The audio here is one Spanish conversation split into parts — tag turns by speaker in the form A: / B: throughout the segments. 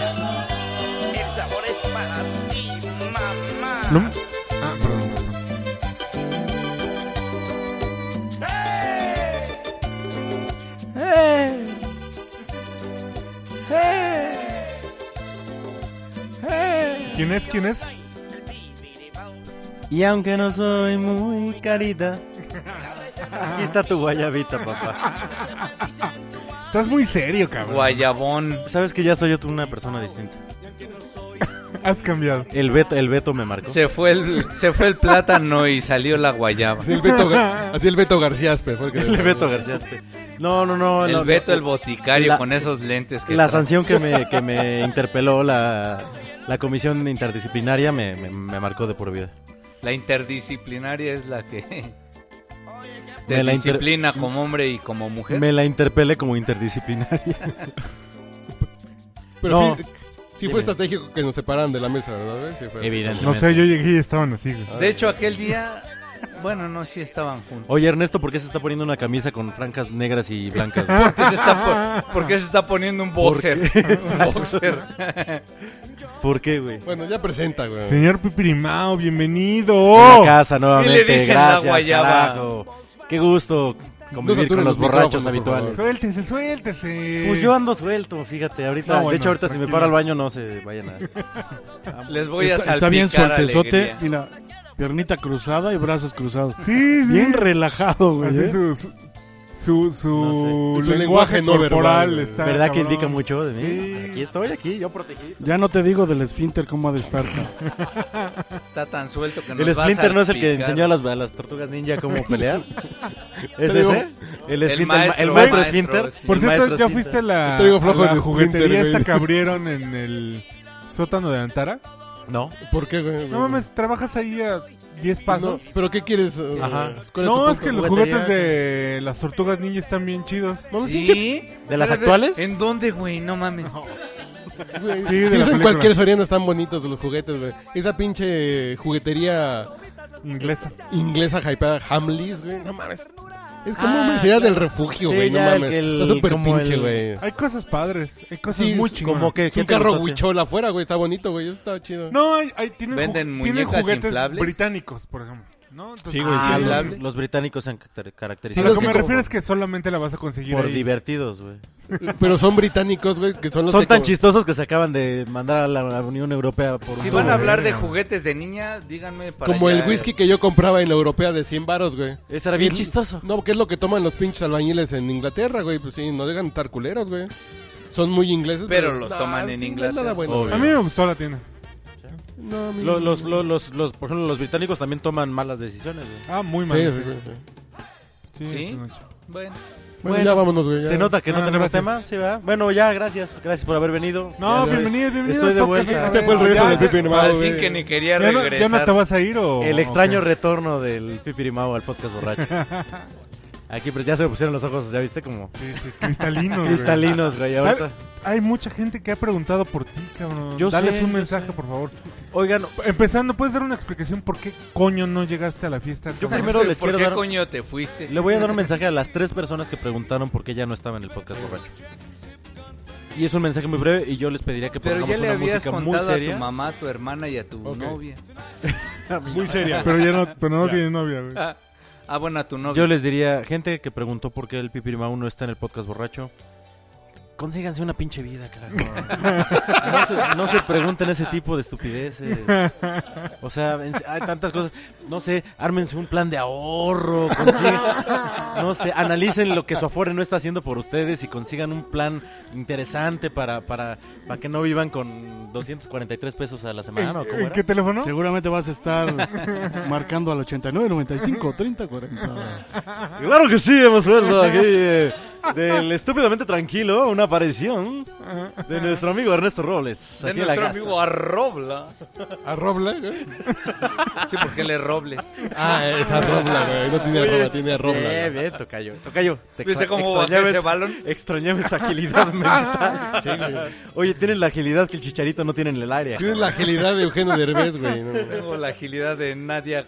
A: El sabor es para ti, mamá.
B: No. Ah, perdón. ¡Hey! ¡Hey! ¡Hey!
C: ¿Quién es? ¿Quién es?
D: Y aunque no soy muy carita, aquí está tu guayabita, papá.
B: Estás muy serio, cabrón.
D: Guayabón. Sabes que ya soy otra- una persona distinta.
B: Has cambiado.
D: El Beto, el Beto me marcó.
E: Se fue, el, se fue el plátano y salió la guayaba.
C: Así el Beto, Gar- así el Beto García Aspe fue el que-
D: El Beto García. No, no, no.
E: El
D: no,
E: Beto,
D: no.
E: el boticario,
D: la-
E: con esos lentes que.
D: La
E: trae.
D: sanción que me, que me interpeló la, la comisión interdisciplinaria me, me- me marcó de por vida.
E: La interdisciplinaria es la que. Te
D: Me la inter-
E: disciplina como hombre y como mujer.
D: Me la interpelé como interdisciplinaria.
C: Pero
D: No.
C: sí, sí fue estratégico que nos separaran de la mesa, ¿verdad? Sí fue.
D: Evidentemente.
B: No sé, yo llegué y estaban así. güey.
E: De hecho, aquel día. Bueno, no, sí estaban juntos.
D: Oye, Ernesto, ¿por qué se está poniendo una camisa con franjas negras y blancas?
E: ¿Por qué se está, po- por qué se está poniendo un boxer? Un boxer.
D: ¿Por qué, güey?
C: Bueno, ya presenta, güey.
B: Señor Pipirimao, bienvenido.
D: En la casa nuevamente.
E: Oh. Y le dicen la
D: Gracias,
E: guayaba.
D: carajo. Qué gusto convivir con
C: saturen
D: los
C: los
D: borrachos
C: micrófonos, por
D: habituales.
C: favor.
B: Suéltese, suéltese.
D: Pues yo ando suelto, fíjate, ahorita,
B: No,
D: de
B: bueno,
D: hecho ahorita si me
B: tranquilo.
D: paro al baño no se vayan a...
E: Les voy a salpicar
F: está, está bien sueltezote.
E: alegría.
F: Mira, piernita cruzada y brazos cruzados.
B: Sí, sí.
F: Bien relajado, güey.
B: Así
F: ¿eh?
B: su, su, su, su
D: No
C: sé. Su
B: lenguaje
C: lenguaje no
B: corporal
C: verbal,
B: está.
D: ¿Verdad que
B: cabrón.
D: indica mucho de mí?
B: Sí.
D: Aquí estoy, aquí, yo protegido.
F: Ya no te digo del esfínter cómo ha de estar. cabrón.
E: Está tan suelto que nos
D: El
E: va a
D: Splinter no es el que
E: salpicar.
D: enseñó a las, a las tortugas ninja cómo pelear. ¿Es
C: Te digo,
D: ese? El, Splinter, el
E: maestro,
D: maestro, el
E: maestro,
D: Splinter.
E: sí.
B: Por
D: El
B: cierto,
D: maestro
B: ¿ya
D: Splinter.
B: fuiste a la,
C: Te digo flojo
B: a la
C: de juguete,
B: juguetería
C: güey.
B: esta que abrieron en el sótano de Antara?
D: No.
C: ¿Por qué, güey?
B: No mames, trabajas ahí a 10
C: No,
B: pasos.
C: ¿Pero qué quieres? eh,
D: Ajá.
C: ¿cuál
B: no,
C: tu
B: es que
C: punto?
B: los
D: Juguetería.
B: juguetes de las tortugas ninja están bien chidos. No,
E: ¿Sí?
D: ¿De las
E: Pero,
D: actuales?
E: ¿En dónde, güey? No mames.
C: Güey,
B: Sí, de la
C: si eso en
B: película.
C: cualquier Soriana están bonitos los juguetes, güey. Esa pinche juguetería
B: Inglesa.
C: inglesa hypeada, Hamleys, güey. No mames. Es como
D: Ah,
C: una necesidad
D: claro.
C: del refugio,
D: Sí,
C: güey. no
D: ya,
C: mames.
D: que el-
C: Está súper
D: como
C: pinche,
D: el-
C: güey.
B: Hay cosas padres, hay cosas
C: Sí,
B: muy
C: es
B: chingonas.
D: Como que...
C: Es
D: ¿qué
C: un
D: te
C: carro
D: gustó a ti?
C: huichol afuera, güey. Está bonito, güey. Eso está chido.
B: No, hay, hay- tienen, ju-
E: Venden
B: tienen
E: muñecas
B: juguetes
E: inflables.
B: británicos, por ejemplo. ¿no? Entonces-
F: Sí, güey,
D: Ah,
E: sí.
D: los,
E: Inflable.
D: los británicos se han caracter-
B: A
D: caracterizado
B: lo
C: Sí,
B: que me
C: como-
B: refiero es que solamente la vas a conseguir
D: por
B: ahí.
D: divertidos, güey.
C: Pero son británicos, güey. Que son los
D: Son
C: que
D: tan
C: como-
D: chistosos que se acaban de mandar a la, la Unión Europea por un
E: Si
D: tubo.
E: van a hablar de juguetes de niña, díganme para
C: Como
D: eh.
E: ya-
C: el whisky que yo compraba en la europea de 100 varos, güey.
D: Ese era bien
C: Es-
D: chistoso.
C: No, que es lo que toman los pinches albañiles en Inglaterra, güey. Pues sí, no dejan estar culeros, güey. Son muy ingleses. Ah,
E: Pero los toman en
C: sí, no es
E: Inglaterra.
C: nada bueno,
D: Obvio.
B: A mí me gustó la tienda.
C: No, a mí-
D: Lo- Los, lo- los, los- por ejemplo, los británicos también toman malas decisiones, güey.
B: Ah, muy
C: Sí,
B: mal.
C: sí, güey, sí.
B: Sí,
E: ¿Sí?
B: es una ch-
E: Bueno,
C: Bueno,
D: Bueno,
C: ya vámonos, güey. ya.
D: Se nota que no,
B: Ah,
D: tenemos
B: gracias.
D: tema, sí, ¿verdad? Bueno, ya, gracias. Gracias por haber venido.
B: No,
D: Ya,
B: bienvenido, bienvenido.
D: Estoy de
B: al podcast Este
D: vuelta.
B: otra
C: Ese fue el
B: vez.
C: regreso
B: Ya-
C: de Pipi Animado,
E: al fin
C: güey.
E: que ni quería
B: ya no,
E: regresar.
B: ya no te vas a ir o...?
D: El extraño
B: ok.
D: retorno del Pipirimao al podcast borracho. Aquí, pues ya se me pusieron los ojos, ya viste, como
B: Sí, sí, cristalino. güey.
D: cristalinos, güey. Ahorita.
B: Hay mucha gente que ha preguntado por ti, cabrón.
D: Yo
B: Dales
D: sé,
B: un
D: yo
B: mensaje, por favor.
D: Oigan,
B: Empezando, ¿puedes dar una explicación por qué coño no llegaste a la fiesta?
D: Yo
B: cabrón?
D: primero
E: No sé
D: les
E: ¿Por
D: quiero
E: qué
D: dar-
E: coño te fuiste?
D: le voy a dar un mensaje a las tres personas que preguntaron por qué ya no estaba en el podcast borracho. Y es un mensaje muy breve y yo les pediría que
E: Pero
D: pongamos
E: ya le
D: una
E: habías
D: música muy
E: contado a tu
D: seria.
E: mamá, a tu hermana y a tu
C: Ok.
E: novia.
B: Muy seria. Pero ya no, pero no tiene novia, güey.
E: Ah, bueno, a tu novia.
D: Yo les diría, gente que preguntó por qué el Pipirimao no está en el podcast borracho, consíganse una pinche vida, carajo. No se, no se pregunten ese tipo de estupideces. O sea, en- hay tantas cosas. No sé, ármense un plan de ahorro. consigan- no sé, analicen lo que su afore no está haciendo por ustedes y consigan un plan interesante para, para, para que no vivan con 243 pesos a la semana. ¿o cómo
B: ¿En
D: era?
B: qué teléfono?
F: Seguramente vas a estar marcando al 89, 95, 30, 40.
D: Claro que sí, hemos puesto aquí eh, del estúpidamente tranquilo una aparición de nuestro amigo Ernesto Robles.
E: De
D: aquí en la
E: nuestro
D: casa.
E: amigo Arrobla.
C: ¿A Robla, güey?
E: Sí, porque le robles.
C: Ah, es a Robla, güey. No tiene arroba, tiene arroba.
D: Bien,
C: güey.
D: bien, tocayo. Tocayo, te
E: Eh, ¿Viste
D: extra-
E: cómo bajé ese
D: esa-
E: balón?
D: extrañaba esa agilidad mental. Oye, tienes la agilidad que el chicharito no tiene en el área.
C: Tienes la agilidad de Eugenio Derbez, güey. no, güey.
E: Tengo la agilidad de Nadia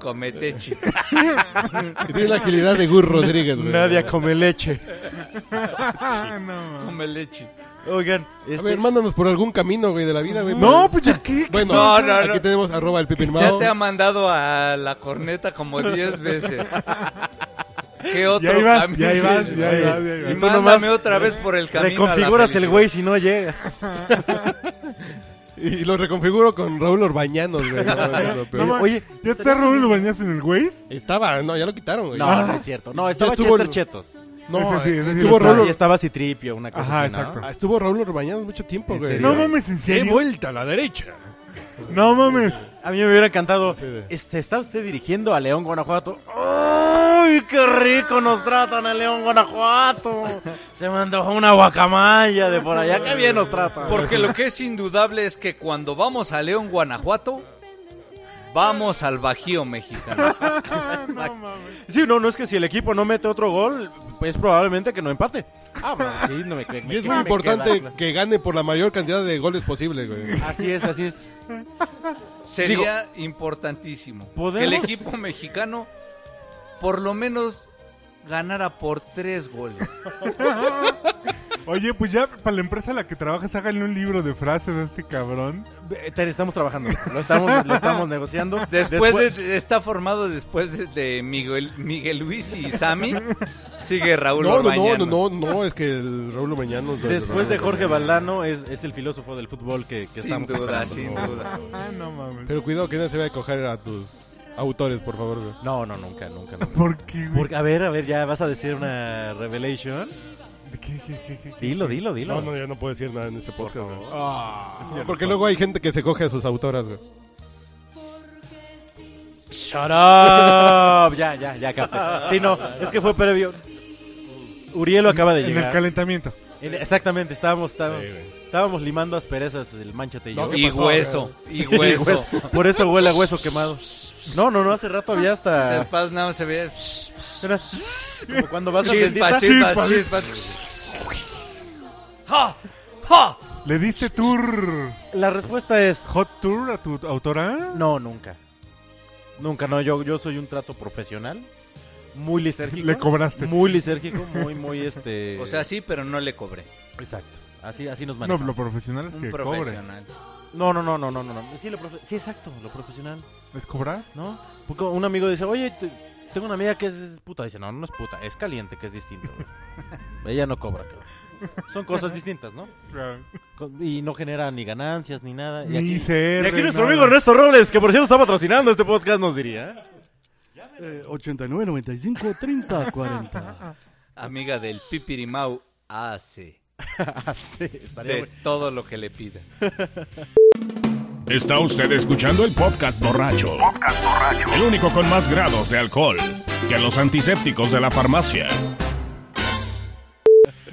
E: Cometechi.
C: Tiene la agilidad de Gus Rodríguez, güey.
D: Nadia come leche.
B: Ah, no.
E: Comelechi.
D: Oigan,
C: A
D: este,
C: ver, mándanos por algún camino, güey, de la vida, güey.
B: No, pues ya qué.
C: Bueno,
E: No, no,
C: aquí
E: no.
C: tenemos arroba el
E: Ya
C: pipirmao.
E: te ha mandado a la corneta como 10 veces. ¿Qué otro
B: Ya ibas,
E: camino?
B: ya ibas, ya ibas, ya
E: Y
B: ibas.
D: tú
E: mándame
D: nomás
E: otra vez por el camino. a la
D: reconfiguras el
E: felicidad.
D: güey si no llegas.
C: Y lo reconfiguro con Raúl Orbañanos, güey. No, no, no,
B: No,
C: peor.
B: ma-
D: Oye,
B: ¿ya está Raúl Bañas en el Waze?
C: Estaba, no, ya lo quitaron, güey.
D: No, no es cierto. No, estaba
C: estuvo
D: Chester
C: el-
D: Chetos.
C: No,
B: Ese sí, ese sí
C: estuvo,
B: lo
D: Ahí
C: Raúl,
D: estaba Citripio, una cosa
B: Ajá,
D: así, ¿no?
B: exacto.
C: ah, estuvo Raúl Orbañanos mucho tiempo,
D: ¿En
C: güey.
D: serio?
B: No mames, en
C: ¡Qué
B: serio.
C: vuelta a la derecha!
B: No mames.
D: A mí me hubiera encantado.
C: de-
D: "Es- ¿Se está usted dirigiendo a León, Guanajuato? ¡Ay, qué rico nos tratan a León, Guanajuato! Se me antojó una guacamaya de por allá. ¡Qué bien nos tratan!
E: Porque lo que es indudable es que cuando vamos a León, Guanajuato, vamos al Bajío mexicano.
B: No mames.
D: Sí, no, no es que si el equipo no mete otro gol, pues probablemente que no empate. Ah, bueno, sí, no me, me-
C: Y
D: me queda-
C: es muy
D: me
C: importante
D: queda-
C: que gane por la mayor cantidad de goles posible, güey.
D: Así es, así es.
E: Sería importantísimo que el
D: ¿Podemos?
E: equipo mexicano por lo menos ganara por tres goles.
B: Oye, pues ya para la empresa a la que trabajas, háganle un libro de frases a este cabrón.
D: Eh, Ter, estamos trabajando. Lo estamos, lo estamos negociando.
E: Después de- está formado después de- de Miguel, Miguel Luis y Sami, sigue Raúl
C: No, no, no,
E: Orbañanos.
C: no, no, no, es que el Raúl Orbañanos... güey,
D: Después de
C: Raúl
D: Jorge
C: Orbañanos.
D: Valdano es, es el filósofo del fútbol que, que
E: Sin
D: estamos
E: duda,
D: esperando,
E: sin
D: ¿no?
E: duda.
B: Ah, no mames.
C: Pero cuidado que no se vaya a coger a tus autores, por favor, güey.
D: No, no, nunca, nunca, nunca.
B: ¿Por qué, güey?
D: Porque, a ver, a ver, ya vas a decir una revelation.
B: ¿Qué, qué, qué, qué, qué?
D: Dilo, dilo, dilo.
C: No, no, yo no puedo decir nada en este podcast, güey.
B: Ah.
C: No, Porque luego hay gente que se coge a sus autoras, güey.
D: Shut up. Ya, ya, ya capté. Sí, no, es que fue previo. Urielo acaba de
B: En el
D: Ah, llegar.
B: calentamiento.
D: En- exactamente, estábamos, estábamos,
C: Sí, güey.
D: estábamos limando asperezas del manchate y yo.
C: No,
E: Y
C: ¿Qué pasó?
E: hueso, y
D: Y
E: hueso.
D: hueso. Por eso huele a hueso quemado. No, no, no, hace rato había
E: Esas
D: hasta...
E: espadas nada más se ve
D: Era como cuando vas a
E: chispas,
D: tiendita.
E: chispas,
B: Chispas.
E: chispas. ¡Ja! ¡Ja!
B: ¿Le diste tour,
D: La respuesta es...
B: hot tour a tu autora?
D: No, nunca. Nunca, no, yo, yo soy un trato profesional. Muy lisérgico.
B: Le cobraste.
D: Muy lisérgico, muy, muy este...
E: O sea, sí, pero no le cobré.
D: Exacto. Así, así nos
B: No,
D: manejamos.
B: lo profesional es
E: Un
B: que cobre.
E: profesional.
D: No, no, no, no, no, no, no. Sí, lo profe- sí, exacto, lo profesional,
B: ¿Es cobrar?
D: ¿no? Porque un amigo dice, oye, te- tengo una amiga que es, es puta. Dice, no, no es puta, es caliente, que es distinto. güey. Ella no cobra, cabrón. Son cosas distintas, ¿no? Con- Y no genera ni ganancias ni nada. Y
B: Ni
D: aquí, y
B: CR.
D: aquí nuestro
B: nada.
D: amigo Ernesto Robles, que por cierto está patrocinando este podcast, nos diría.
F: Eh, 89, 95, 30, 40.
E: Amiga del Pipirimau hace
D: Ah, sí, estaría
E: de
D: bueno.
E: todo lo que le pidas.
G: Está usted escuchando el podcast borracho. El único con más grados de alcohol que los antisépticos de la farmacia.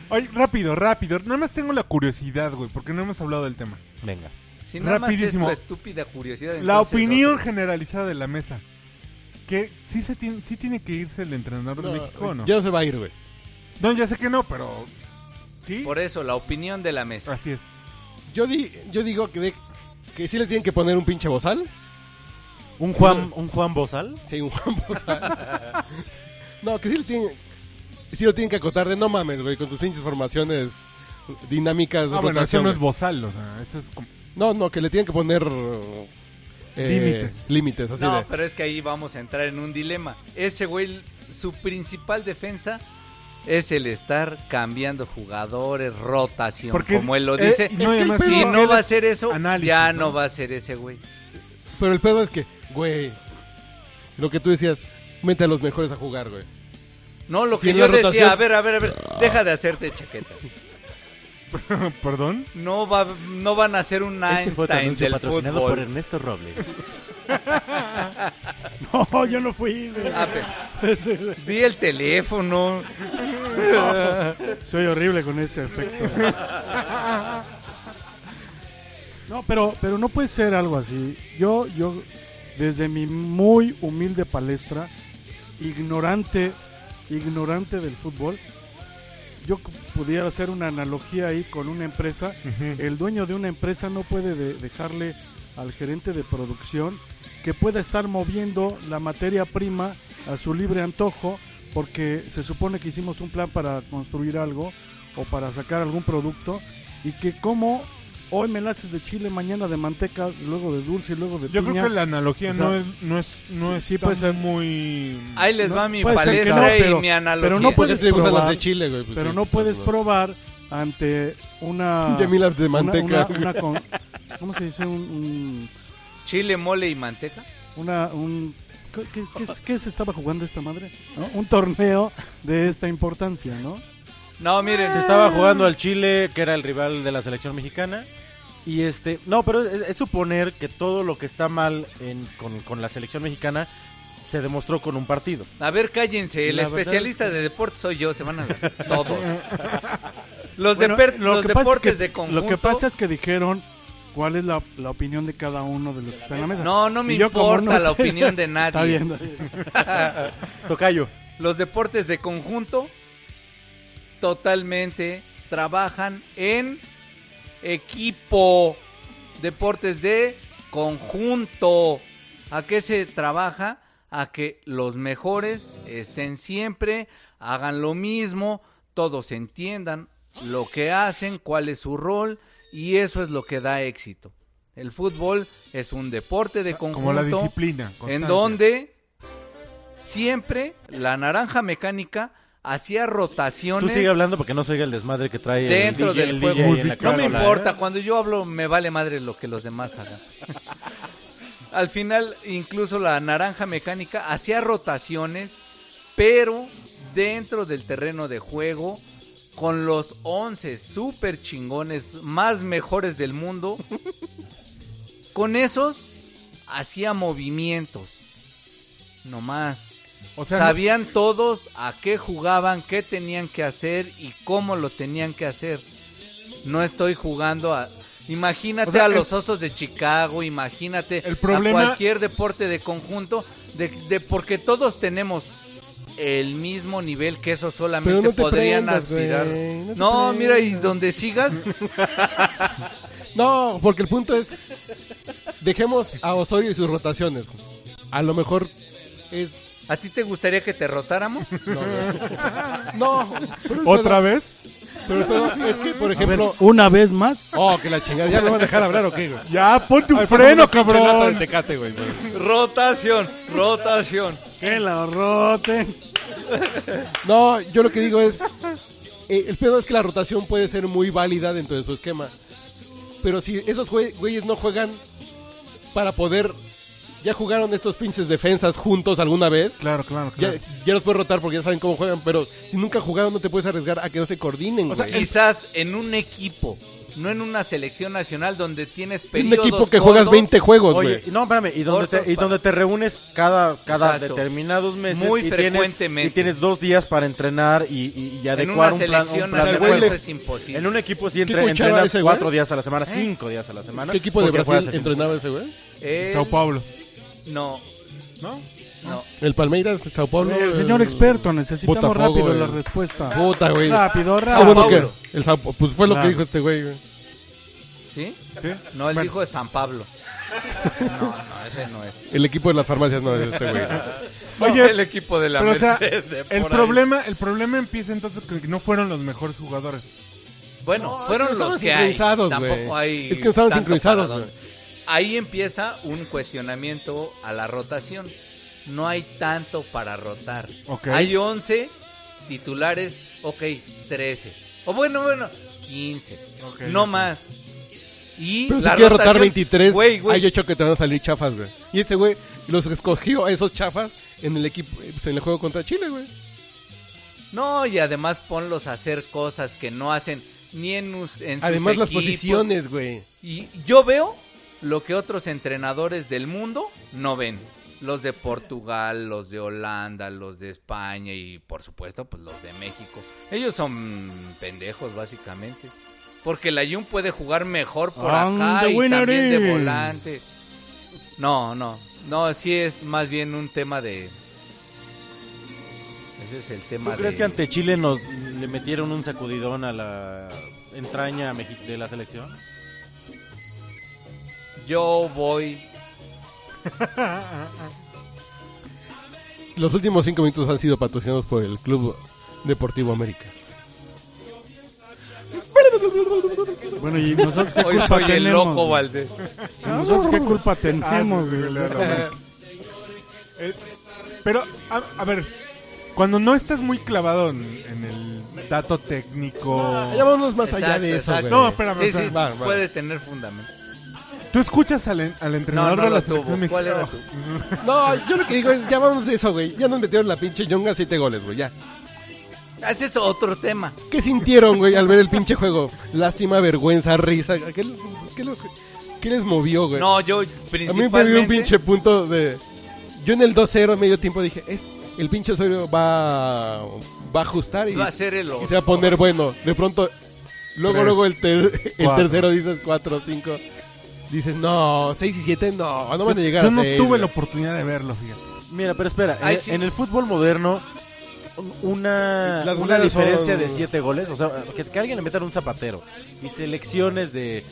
B: Ay, rápido, rápido. Nada más tengo la curiosidad, güey, porque no hemos hablado del tema.
D: Venga.
E: Si nada más es tu
B: Rapidísimo.
E: estúpida curiosidad.
B: la
E: entonces,
B: opinión
E: ok.
B: generalizada de la mesa. Que sí, se tiene, sí tiene que irse el entrenador de México, ¿o ¿no?
C: Ya no se va a ir, güey.
B: No, ya sé que no, pero... ¿Sí?
E: Por eso, la opinión de la mesa.
B: Así es.
C: Yo, di- yo digo que, de- que sí le tienen que poner un pinche bozal.
D: Un Juan, un Juan Bozal. Este
C: Sí, un Juan Bozal. no, que sí le tienen... Sí lo tienen que acotar de no mames, güey, con tus pinches formaciones dinámicas de
B: Ah, bueno, eso
C: rotación,
B: no es
C: güey.
B: bozal, o sea, eso es... como-
C: No, no, que le tienen que poner... eh,
B: Límites.
C: Límites, así
E: No,
C: de...
E: pero es que ahí vamos a entrar en un dilema. Ese güey, su principal defensa es el estar cambiando jugadores, rotación,
B: Porque-
E: como él lo
B: eh,
E: dice.
B: y no, y
E: Es que
B: además-
E: si
B: pero-
E: no va a ser eso,
B: análisis,
E: ya
B: ¿no?
E: no va a ser ese güey.
C: Pero el pedo es que, güey, lo que tú decías, mete a los mejores a jugar, güey.
E: No, lo
C: Si
E: que
C: en
E: yo
C: la rotación-
E: decía, a ver, a ver, a ver, deja de hacerte chaquetas.
B: ¿Perdón?
E: No, va, no van a ser un
D: Este fue otro
E: Einstein
D: anuncio
E: del
D: patrocinado por
E: fútbol.
D: Ernesto Robles.
F: No, yo no fui, güey.
E: Ah, pero- Di el teléfono.
F: Soy horrible con ese efecto. No, pero, pero no puede ser algo así. Yo, yo, desde mi muy humilde palestra, ignorante, ignorante del fútbol, yo c- pudiera hacer una analogía ahí con una empresa. El dueño de una empresa no puede de- dejarle al gerente de producción que pueda estar moviendo la materia prima a su libre antojo, porque se supone que hicimos un plan para construir algo o para sacar algún producto, y que como hoy me la haces de chile, mañana de manteca, luego de dulce y luego de
B: Yo
F: piña.
B: creo que la analogía
F: O sea,
B: no es, no es, no
F: sí-
B: es
F: sí
B: tan
F: puede ser.
B: muy...
E: Ahí les
F: No,
E: va mi
F: puede ser que
E: palestra
F: no, pero-
E: y mi
F: pero
E: analogía.
F: no
C: ¿Por qué
F: puedes
C: te gustan
F: probar,
C: las de Chile, güey? Pues
F: pero
C: sí,
F: no
C: por
F: puedes
C: supuesto.
F: probar ante una...
C: Ya mil las de
F: una-
C: manteca.
F: una-
C: güey.
F: una con- ¿Cómo se dice? Un- un
E: Chile, mole y manteca.
F: una, un, ¿qué, qué- qué es- qué se estaba jugando esta madre? ¿No? Un torneo de esta importancia, ¿no?
E: No, miren.
D: Se estaba jugando al Chile, que era el rival de la selección mexicana. Y este, no, pero es, es suponer que todo lo que está mal en- con, con la selección mexicana se demostró con un partido.
E: A ver, cállense. El
D: La verdad
E: especialista de deportes soy yo. Se van a todos. Los,
F: Bueno,
E: deper-
F: lo
E: los
F: que pasa es
E: deportes
F: que-
E: de conjunto.
F: Lo que pasa es que dijeron cuál es la, la opinión de cada uno de los que están en la mesa.
E: No, no me
F: Y yo como
E: importa
F: no
E: la
F: sé-
E: opinión de nadie.
F: Está bien, está bien.
D: Tocayo.
E: Los deportes de conjunto totalmente trabajan en equipo. Deportes de conjunto. ¿A qué se trabaja? A que los mejores estén siempre, hagan lo mismo, todos entiendan lo que hacen, cuál es su rol y eso es lo que da éxito. El fútbol es un deporte de conjunto.
B: Como la disciplina. constancia.
E: En donde siempre la naranja mecánica hacía
D: Tú
E: rotaciones
D: sigue hablando porque no se oiga el desmadre que trae el
E: dentro
D: DJ,
E: del
D: el
E: juego.
D: DJ en la
E: no me
D: consola, ¿eh?
E: importa, cuando yo hablo me vale madre lo que los demás hagan. Al final, incluso la naranja mecánica hacía rotaciones, pero dentro del terreno de juego, con los 11 super chingones más mejores del mundo, con esos hacía movimientos. No más.
B: O sea,
E: Sabían todos a qué jugaban, qué tenían que hacer y cómo lo tenían que hacer. No estoy jugando a... Imagínate
B: O sea,
E: a
B: el-
E: los osos de Chicago, imagínate
B: El problema-
E: a cualquier deporte de conjunto, de, de- porque todos tenemos el mismo nivel que esos solamente
C: Pero no te
E: podrían
C: prendas,
E: aspirar.
C: güey, no te
E: no, mira, y
C: prendas.
E: donde sigas,
C: No, porque el punto es. Dejemos a Osorio y sus rotaciones. A lo mejor es.
E: ¿a ti te gustaría que te rotáramos?
C: No, no. No, pero el
B: ¿Otra
C: pedo-
B: vez?
C: Pero el pedo es que, por
F: A ver,
C: ejemplo.
F: una vez más,
C: Oh, que la chingada. ¿Ya me van a dejar hablar o qué, güey?
B: Ya, ponte un
C: Ay, fue
B: freno,
C: una pinche lata de
B: cabrón.
C: Tecate, güey, güey.
E: rotación, rotación.
F: que la roten.
C: No, yo lo que digo es. eh, el pedo es que la rotación puede ser muy válida dentro de su esquema. Pero si esos güe- güeyes no juegan para poder. Ya jugaron estos pinches defensas juntos alguna vez.
B: Claro, claro, claro.
C: Ya, ya los puedes rotar porque ya saben cómo juegan, pero si nunca jugaron no te puedes arriesgar a que no se coordinen, güey.
E: Quizás en un equipo, no en una selección nacional donde tienes
C: un
E: periodos
C: equipo que juegas
E: cortos,
C: 20 juegos,
D: Oye,
C: güey.
D: y no, espérame, y donde,
E: Cortos
D: te, y
E: para-
D: donde te reúnes cada, cada
E: Exacto.
D: determinados meses.
E: Muy
D: y tienes-
E: frecuentemente.
D: y tienes dos días para entrenar y, y- y
E: en
D: adecuar
E: una
D: un plan,
E: selección
D: un plan de
E: nacional
D: juego.
E: eso es imposible.
D: En un equipo sí
C: ¿Qué
D: entre,
C: cuchara
D: entrenas
C: ese, güey?
D: cuatro días a la semana, cinco días a la semana.
C: ¿Qué equipo de
D: porque juegas
C: Brasil
D: así.
C: entrenaba ese, güey?
E: Eh,
B: Sao Paulo.
E: No,
B: ¿No?
E: no.
C: El Palmeiras, el Sao Paulo.
F: El señor experto, necesitamos
C: Botafogo,
F: rápido
C: el-
F: la respuesta.
C: Puta, güey.
F: Rápido,
C: Ah,
F: rápido.
C: bueno que
E: Paulo.
C: el Sao- pues fue lo
F: Claro.
C: que dijo este güey, güey.
E: ¿Sí?
B: ¿Sí?
E: No, él dijo de San Pablo. No, no, ese no es.
C: El equipo de las farmacias no es este, güey.
B: Oye,
E: No, el equipo de la
B: Pero, o sea,
E: Merced de por
B: el,
E: ahí.
B: problema, el problema empieza entonces con que no fueren los mejores jugadores.
E: Bueno,
C: No,
E: fueron
C: es que no
E: los
C: estaban
E: que hay.
C: sincronizados,
E: Tampoco
C: güey.
E: hay.
C: Es que no estaban
E: tanto
C: sincronizados,
E: para dónde. Ahí empieza un cuestionamiento a la rotación. No hay tanto para rotar.
B: Ok.
E: Hay 11 titulares, ok, 13. O bueno, bueno, 15.
B: Ok,
E: no
B: ok.
E: más. Y
C: Pero si
E: la
C: quieres rotar
E: rotación-
C: 23,
E: Güey, güey,
C: hay 8 que te van a salir chafas, güey. Y ese güey los escogió a esos chafas en el equipo pues, en el juego contra Chile, güey.
E: No, y además ponlos a hacer cosas que no hacen ni en, us- en sus
C: Además las
E: equipos.
C: posiciones, güey.
E: Y yo veo lo que otros entrenadores del mundo no ven. Los de Portugal, los de Holanda, los de España y por supuesto pues los de México. Ellos son pendejos básicamente. Porque la Jun puede jugar mejor por
F: And
E: acá
F: the
E: y
F: winner
E: también de
F: is-
E: volante. No, no. No, sí es más bien un tema de... Ese es el
D: ¿Tú
E: tema
D: crees
E: de-
D: que ante Chile nos le metieron un sacudidón a la entraña mexi- de la selección?
E: Yo voy
C: Los últimos cinco minutos han sido patrocinados por el Club Deportivo América.
F: Bueno, ¿y nosotros qué
E: Hoy
F: culpa
E: soy el
F: tenemos?
E: loco,
F: güey?
E: Valde.
F: ¿Y nosotros qué culpa
B: Ah,
C: Ah,
F: tenemos, güey?
B: Eh, pero, a, a ver, cuando no estás muy clavado en, en el dato técnico...
C: Ah, Ya vámonos más
E: Exacto,
C: allá de eso,
E: exacto.
C: güey.
B: No, espérame.
E: Sí,
B: o sea,
E: sí,
C: va, va.
E: puede tener fundamento.
B: Tú escuchas al, en- al entrenador
E: no
B: de la
E: lo tuvo.
B: selección
E: ¿Cuál era
B: mexicana.
C: No, yo lo que digo es, ya vámonos de eso, güey. Ya nos metieron la pinche yonga siete goles, güey, ya.
E: Ah, Ese es otro tema.
C: ¿Qué sintieron, güey, al ver el pinche juego? Lástima, vergüenza, risa. ¿Qué, qué los- qué les movió, güey?
E: No, yo
C: A mí me dio un
E: principalmente...
C: pinche punto de... Yo en el 2-0 medio tiempo dije, es, el pinche Osorio va, va a ajustar y,
E: Va a ser el
C: y
E: oso.
C: se va a poner bueno. De pronto, luego,
B: Tres,
C: luego el, ter- el
B: cuatro.
C: tercero dices 4, 5. Dices, no, 6 y 7, no, no van a llegar
B: Yo
C: a
B: no
C: seis,
B: tuve
C: güey".
B: la oportunidad de verlo, fíjate.
D: Mira, pero espera, eh,
E: Ay,
D: en,
E: sí.
D: en el fútbol moderno, un- una,
C: Las
D: una
C: goleadas
D: diferencia
C: son-
D: de siete goles, o sea, que, que alguien le meta un zapatero y selecciones de.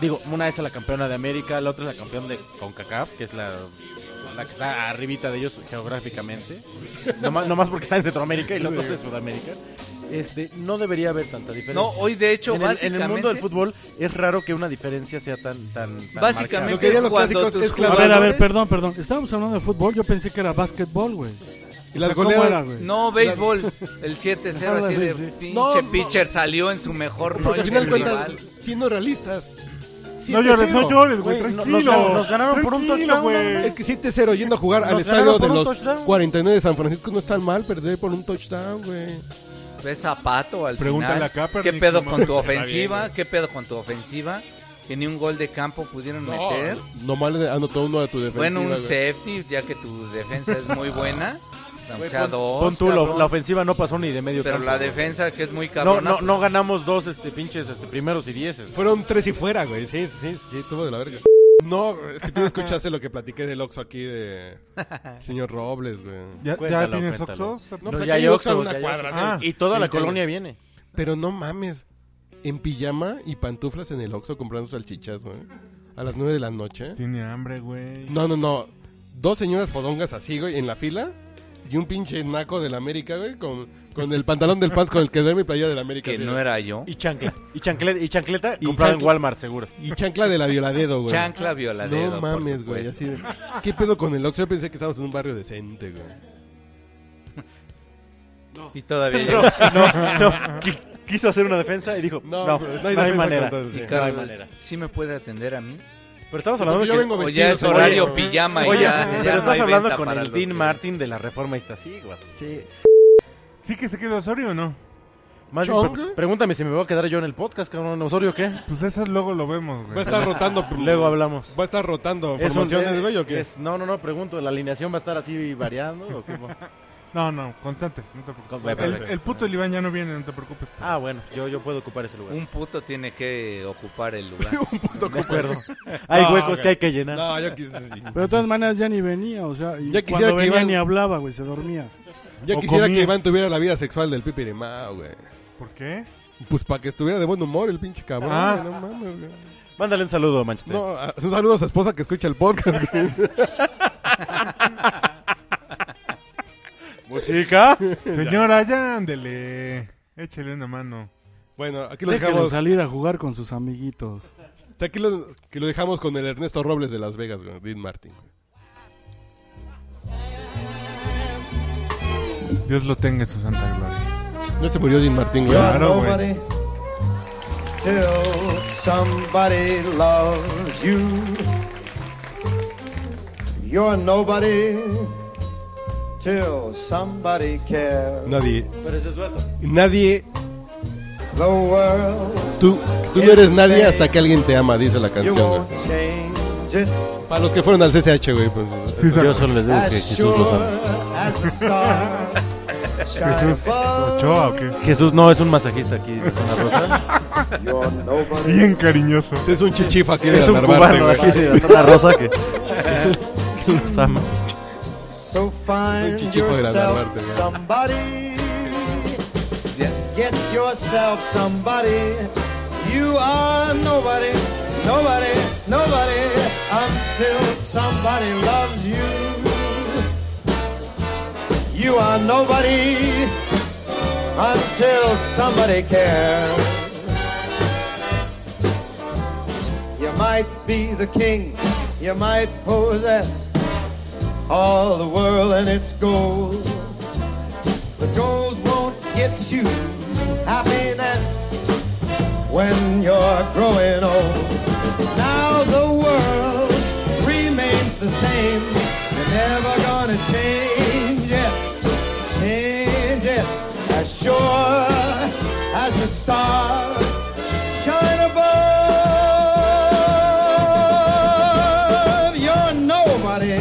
D: Digo, una es a la campeona de América, la otra es la campeona de CONCACAF, que es la, la que está arribita de ellos geográficamente. nomás, nomás porque está en Centroamérica y la otra es en Sudamérica. Este, no debería haber tanta diferencia.
E: No, hoy de hecho,
D: en, el, en
E: básicamente...
D: el mundo del fútbol es raro que una diferencia sea tan tan, tan
E: Básicamente
C: Lo que
E: es
C: dirían los
E: cuando
C: clásicos
E: tus
C: es clavar.
F: A ver, a ver,
E: jugadores-
F: perdón, perdón. Estábamos hablando de fútbol, yo pensé que era básquetbol, güey.
C: Y las
F: O sea, ¿cómo
C: goleadas-
F: era, güey?
E: No, béisbol. El 7-0 así de
F: Sí.
E: pinche
C: Ah, No, no.
E: pitcher salió en su mejor
C: Porque
E: noche.
C: al final
E: el
C: cuentas,
E: rival.
C: siendo realistas.
B: No llores,
C: 7-0.
B: no llores, güey,
D: Güey, no- nos
B: tranquilo.
D: gan- nos ganaron por un
B: Tranquilo,
D: touchdown,
B: güey.
D: no
C: Es que 7-0 yendo a jugar al
D: Nos
C: estadio
D: ganaron
C: de
D: por un
C: los
D: touchdown.
C: 49 de San Francisco no es tan mal perder por un touchdown, güey.
E: Ves zapato al
B: Pregúntale a
E: final.
B: Kaepernick
E: ¿Qué pedo
B: cómo
E: con tu
B: se va bien,
E: ofensiva? ¿Qué pedo con tu ofensiva? Que ni un gol de campo pudieron meter.
C: ¿Eh? No mal anotó uno de tu defensa.
E: Oh. Bueno, un safety, ya que tu defensa es muy buena. O sea, dos,
D: Pon tú, la,
E: cabrón.
D: la ofensiva no pasó ni de medio
E: Pero
D: campo,
E: la
D: güey.
E: defensa, que es muy
D: No,
E: cabrona.
D: no,
C: pues.
D: no ganamos dos este, pinches este, primeros y dieces.
C: Fueron tres y fuera, güey. Sí, sí, sí, sí, estuvo de la verga. No, es que tú no escuchaste lo que platiqué del Oxxo aquí de señor Robles, güey.
B: ¿Ya,
D: Cuéntalo,
B: ya tienes Ah.
D: cuéntalo.
B: Oxos?
D: No,
C: No, pues
D: ya
C: aquí
D: hay
C: Oxxo
D: Oxxos,
C: una
D: ya hay
C: cuadra,
D: Oxxos.
B: sí.
D: Y toda la
C: Veinte
D: colonia viene.
C: Pero no mames, en pijama y pantuflas en el Oxxo comprando salchichas, güey. A las 9 de la noche.
B: Tiene hambre, güey.
C: No, no, no. Dos señoras fodongas así, güey, en la fila. Y un pinche naco del América, güey, con, con el pantalón del Pants con el que duerme mi playera del América.
E: Que
C: güey.
E: no era yo.
D: Y chancla. Y chancleta, y chancleta
C: Y
D: comprada en
C: chancla.
D: Walmart, seguro.
C: Y chancla de la Violadedo, güey.
E: Chancla violadero. por
C: No mames, güey.
E: supuesto.
C: Así de... ¿Qué pedo con el Oxxo? Yo pensé que estábamos en un barrio decente, güey.
E: Y todavía llegó.
D: No, no. qui- Quiso hacer una defensa y dijo, no,
C: No,
D: no,
C: güey, no
D: hay,
C: hay defensa
D: manera.
C: contra eso, sí.
D: No
E: Carol,
D: hay manera.
E: ¿Sí me puede atender a mí?
D: Pero estamos hablando
C: Porque yo
D: que-
C: vengo
E: O ya es
C: vestido,
E: horario
C: güey.
E: pijama y
D: Oye,
E: ya, ya
D: pero
E: no hay
D: estás hablando
E: venta
D: con
E: para
D: el
E: los
D: Dean
E: que-
D: Martin de la reforma Iztaccíhuatl. Sí.
B: ¿Sí que se quedó Osorio o no?
D: Más bien,
C: Chonga.
D: pre- pregúntame si me voy a quedar yo en el podcast, cabrón. ¿Osorio qué?
B: Pues eso luego lo vemos,
C: Va a
B: güey.
C: estar rotando.
D: Luego hablamos.
C: Va a estar rotando
D: Es un-
C: formaciones,
D: eh,
C: güey, ¿o qué?
D: es- no, no, no, pregunto, ¿la alineación va a estar así variando? o qué?
B: No, no, constante. No te
D: Con-
B: preocupes.
D: bueno,
B: El,
D: perfecto.
B: el puto Iván ya no viene, no te preocupes.
D: Ah, bueno, yo, yo puedo ocupar ese lugar.
E: Un puto tiene que ocupar el lugar.
D: De acuerdo. Hay
C: No,
D: huecos
C: ok.
D: que hay que llenar.
C: No, yo, quis-
F: Pero de todas maneras ya ni venía, o sea, y
C: Ya quisiera
F: cuando
C: que
F: venía
C: Iván-
F: ni hablaba, güey, se dormía.
C: yo
B: O
C: quisiera
B: comía.
C: que Iván tuviera la vida sexual del Pipirimá, güey.
B: ¿Por qué?
C: Pues para que estuviera de buen humor el pinche cabrón.
B: Ah.
C: güey, No mames, güey.
D: Mándale un saludo, Manchete.
C: No, a- un saludo a su esposa que escucha el podcast, güey.
D: ¿Música?
B: Señora, ya ándele. Échele una mano.
C: Bueno, aquí lo
F: Déjenlo
C: dejamos.
F: salir a jugar con sus amiguitos.
C: Aquí lo, que lo dejamos con el Ernesto Robles de Las Vegas, güey, Dean Martin.
B: Dios lo tenga en su santa gloria.
C: No se murió Dean Martin, güey.
B: Claro, güey.
H: till somebody loves you. You're nobody till somebody cares.
C: Nadie,
D: Pero ese es dueto.
C: nadie,
H: The world
C: tú, tú no eres nadie hasta que alguien te ama, dice la
H: you
C: canción,
H: won't
C: güey.
H: change it
C: Para los que fueron al CCH, güey. pues,
B: Sí,
D: Yo
B: Dios.
D: solo les digo que
H: as
D: Jesús
H: sure
D: los ama.
H: as the stars shine
B: Jesús
H: above.
B: Ochoa, ¿o qué?
D: Jesús no es un masajista aquí de Zona Rosa.
H: You're nobody.
B: Bien cariñoso.
C: es un chichifa que
D: es un cubano aquí de la Zona Rosa que, que los ama.
H: So find
C: Soy chichifo de la
H: yourself
C: Narvarte, güey.
H: somebody.
E: Ya.
H: Get yourself somebody. You are nobody, nobody, nobody until somebody loves you. You are nobody until somebody cares. You might be the king, you might possess all the world and its gold. But gold won't get you happiness when you're growing old. Now the world remains the same. You're never gonna change it, change it. As sure as the stars shine above, you're nobody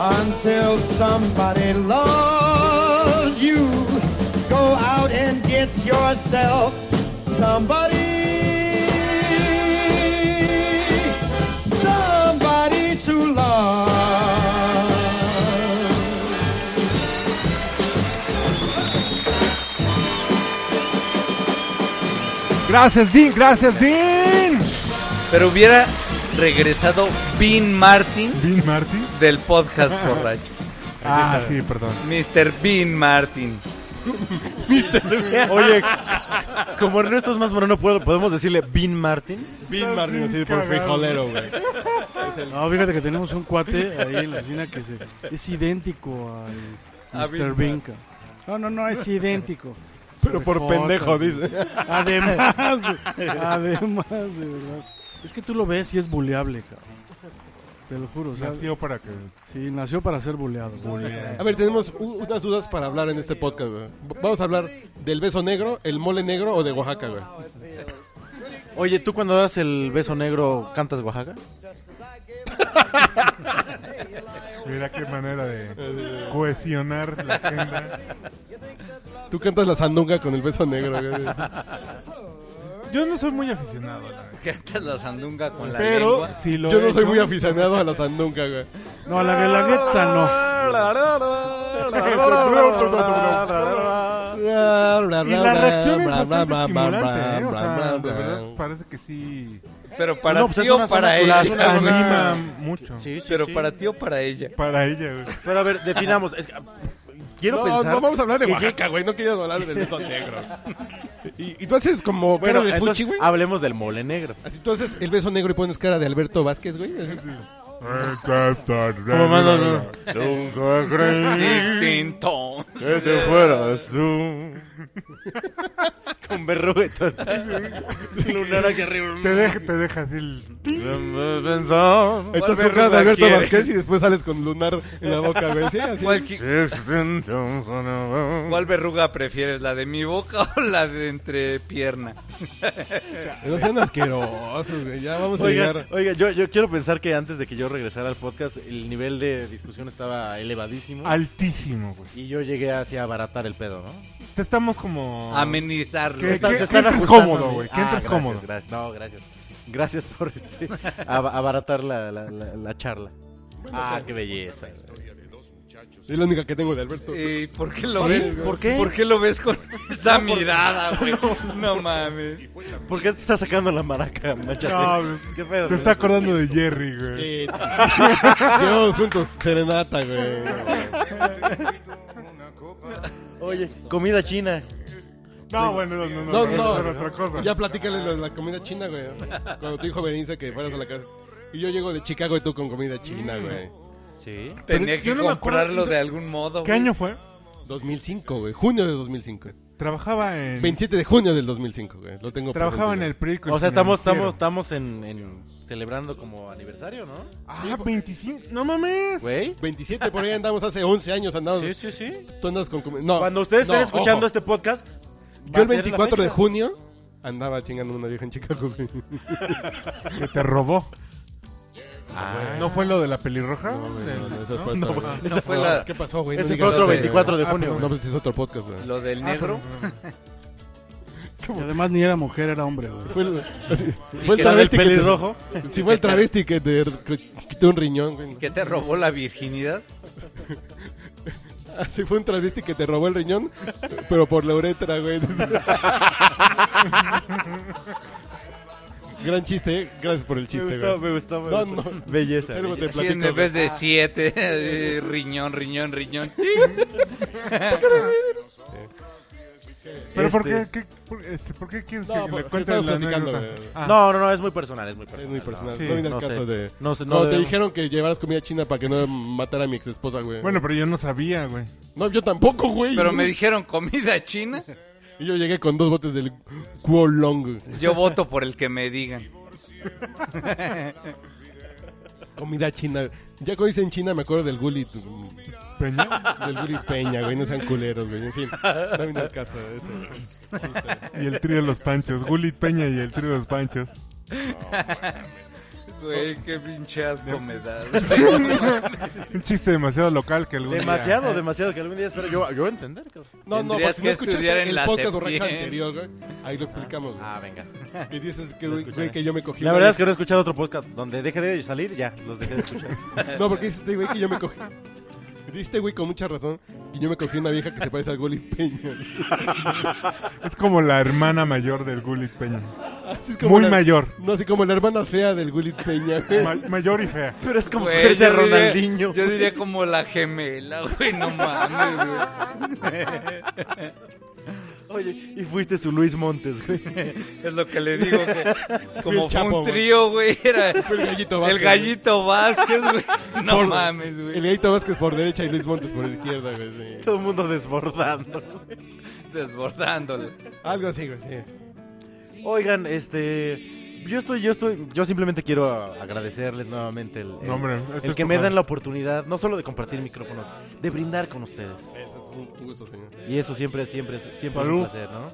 H: until somebody loves you. Go out and get yourself somebody somebody to love.
B: Gracias, Dean, gracias, Dean.
E: Pero hubiera regresado Bean Martin
B: Dean Martin.
E: del podcast borracho.
B: Ah, sí, perdón.
E: Mr. Bean Martin.
D: Oye, como Ernesto es más moreno, ¿puedo- podemos decirle Bean Martin.
C: Bin Martin, así por eh.
B: cagado.
C: frijolero, güey.
F: No, fíjate que tenemos un cuate ahí en la oficina que se- es idéntico
E: A
F: al
E: Bill
F: Mr. Binka. No, no, no, es idéntico.
C: Pero por
F: Fotos,
C: pendejo,
F: sí.
C: dice.
F: Además, además, de verdad. Es que tú lo ves y es buleable, cabrón. Te lo juro, o sea,
B: Nació para que.
F: sí, nació para ser buleado.
C: A ver, tenemos u- unas dudas para hablar en este podcast, güey. V- Vamos a hablar del beso negro, el mole negro o de Oaxaca, güey.
D: Oye, ¿tú cuando das el beso negro cantas Oaxaca?
B: Mira qué manera de cohesionar la senda.
C: Tú cantas la sandunga con el beso negro, güey.
B: Yo no soy muy aficionado, la verdad.
E: Cantas la sandunga con la
B: Pero
E: lengua.
B: sí lo
C: Yo
B: he
C: no soy
B: hecho.
C: muy aficionado a la sandunga, güey.
F: No, la de la Guetza no.
B: Y la reacción es bastante estimulante, ¿eh? O sea,
C: Bla, bla,
B: de
C: bla.
B: verdad parece que sí.
E: Pero para
D: No, pues es
E: ti o
D: una
E: para
D: zona
E: ella.
D: Sí,
B: Las
D: es una-
B: anima mucho.
D: Ah, Sí, sí,
E: Pero
D: sí.
E: para ti o para ella.
B: Para ella, güey.
D: Pero a ver, definamos. es que, ah, quiero
C: No,
D: pensar.
C: no vamos a hablar de
D: que-
C: Oaxaca, güey. No querías hablar del beso negro. Y, y tú haces como
D: Bueno,
C: cara de
D: entonces, ah,
C: fuchi, güey.
D: hablemos del mole negro.
C: Así tú haces el beso negro y pones cara de Alberto Vázquez, güey. así.
D: Nunca
E: Sixteen tones.
D: que te fueras tú. Con berrugue todo. Lunar aquí arriba.
B: Te deja, te deja así el.
D: Pensar.
C: Entonces
E: ¿Cuál
C: con cara de
E: verruga
C: Alberto
E: quieres?
C: Vázquez y después sales con lunar en la boca, güey. Sí, así.
E: ¿Cuál, qui-
D: Sixteen tones on a bow.
E: cuál verruga prefieres? ¿La de mi boca o la de entre pierna?
C: No sean asquerosos, güey. Ya vamos a
D: Oiga,
C: llegar.
D: oiga yo, yo quiero pensar que antes de que yo regresara al podcast, el nivel de discusión estaba elevadísimo.
B: Altísimo, güey.
D: Y yo llegué así a abaratar el pedo, ¿no?
B: Te estamos como.
E: Ah. Amenizarlo.
B: ¿Qué?
D: Está- se están
B: entres
D: ajustando
B: cómodo,
D: a mí.
B: güey, que entres
D: Ah, gracias,
B: cómodo.
D: Gracias, no, gracias. Gracias por este, ab- abaratar la, la, la- la charla. Ah, qué belleza.
C: Soy la única que tengo de Alberto.
E: Eh, ¿Por qué lo
C: Sí,
E: ves?
D: ¿por qué?
E: ¿Por qué lo ves con esa mirada, güey? No mames.
D: ¿Por qué te está sacando la maraca, macha?
B: No, güey.
D: ¿Qué pedo?
B: Se está acordando de Jerry, güey.
C: Eh, Llevamos juntos serenata, güey.
D: Oye, comida china.
B: No, bueno, no, no,
C: No,
B: no.
C: no.
B: no, no otra cosa.
C: Ya platícale lo de la comida china, güey. Cuando te dijo Berenice que fueras a la casa. Y yo llego de Chicago y tú con comida
D: Mm.
C: china, güey.
D: Sí.
E: Tenía
B: yo
E: que
B: no me acuerdo-
E: comprarlo de algún modo.
B: ¿Qué
E: güey.
B: año fue?
C: 2005, güey. Junio de 2005.
B: Trabajaba en.
C: 27 de junio del 2005, güey. Lo tengo
B: Trabajaba en
C: presente,
B: el periódico.
D: O sea, estamos,
B: Financiero.
D: estamos, estamos en, en celebrando como aniversario, ¿no?
B: Ah, 25. No mames.
D: Güey.
C: güey. 27 por ahí andamos hace 11 años andamos.
D: Sí, sí, sí.
C: Tú andas con comi- No.
D: Cuando ustedes estén
C: no,
D: escuchando
C: ojo.
D: este podcast,
C: Yo el 24 de junio andaba chingando una vieja en Chicago, güey.
B: Que te robó.
D: Ah,
B: ¿No fue lo de la pelirroja? Del-
C: Ah, No, no, eso fue otro, güey.
E: No fue la-
C: ¿Qué pasó, güey? No
D: Ese fue
C: digas
D: otro
C: eso, güey.
D: 24 de
B: Ah,
D: junio.
B: perdón.
C: No, pues este es otro podcast, güey.
E: Lo del negro.
F: Y además ni era mujer, era hombre, güey.
C: Fue el, así- fue el
D: ¿Fue el
C: travesti que te-
D: pelirrojo?
C: Sí, fue el travesti que te que quitó un riñón, güey.
E: ¿Qué te robó la virginidad?
C: Así Ah, fue un travesti que te robó el riñón, pero por la uretra, güey. Gran chiste, ¿eh? gracias por el
I: Me
C: chiste,
I: gustó,
C: güey.
I: me gustó, me
C: No,
I: gustó.
C: no.
I: Belleza.
C: Algo
I: belleza.
C: te
E: Así en
C: platico, güey.
E: vez de siete, eh, riñón, riñón, riñón. ¡Ting!
B: Pero ¿por qué,
I: Este-
B: qué- por, este, ¿por qué quieres
C: No,
B: que
C: por-
B: le cuente la
C: estamos platicando,
B: anécdota?
C: güey.
B: Ah,
D: No, no, no, es muy personal, es muy personal.
C: Es muy personal.
B: Sí,
C: no viene al
D: no sé.
C: caso de.
D: No, sé,
C: No, te
D: de-
C: dijeron que llevaras comida china para que no matara a mi ex esposa, güey.
B: Bueno, pero yo no sabía, güey.
C: No, yo tampoco, güey.
E: Pero me dijeron comida china.
C: Y yo llegué con dos botes del Guolong.
E: Yo voto por el que me digan.
C: Comida china. Ya cuando dicen china me acuerdo del Gulit.
B: Peña.
C: Del Gulit Peña, güey. No sean culeros, güey. En fin. No viene al caso de eso.
B: Y el trío de los panchos. Gulit Peña y el trío de los panchos.
E: Güey, qué pinche asco me das.
B: Un chiste demasiado local que algún
D: Demasiado, demasiado, que algún día espero yo, yo entender. cabrón.
C: No, no,
E: Tendrías
C: porque
E: que
C: no escuchaste
E: estudiar en
C: el
E: la
C: podcast borracho
E: SEPIEN.
C: anterior, güey. Ahí lo explicamos, güey.
D: Ah, venga.
C: que dices que, güey, güey, que yo me cogí.
D: La
C: una
D: verdad es
C: vez-
D: que no he escuchado otro podcast donde deje de salir, ya, los dejé de escuchar.
C: No, porque dices, güey, que yo me cogí. Diste, güey, con mucha razón, que yo me cogí una vieja que se parece al Gulit Peña.
B: día. Es como la hermana mayor del Gulit Peña.
C: Así es
B: Muy
C: la-
B: mayor.
C: No, así como la hermana fea del Gulit Peña, güey.
B: Ma- mayor y fea.
D: Pero es como
E: Güey,
D: que ese
E: yo diría-
D: Ronaldinho.
E: Yo diría como la gemela, güey, no mames.
D: Oye, y fuiste su Luis Montes, güey.
E: Es lo que le digo, que como fue
C: Chapo,
E: un
C: güey.
E: trío, güey, era
C: Fue el gallito
E: el
C: Vázquez,
E: gallito Vázquez, güey. No
C: Por-
E: mames,
C: güey. El
E: güey.
C: Gallito Vázquez por derecha y Luis Montes por izquierda, güey. sí.
D: Todo el mundo desbordando. güey.
E: Desbordándolo.
C: Algo así, güey, sí.
D: Oigan, este. Yo estoy, yo estoy, yo simplemente quiero agradecerles nuevamente el, el-
B: No, hombre, esto
D: el
B: es
D: que
B: tu
D: me
B: cara.
D: dan la oportunidad, no solo de compartir micrófonos, de brindar con ustedes.
C: Eso es un gusto, señor.
D: Y eso siempre, siempre, siempre es
B: Salud.
D: un placer, ¿no?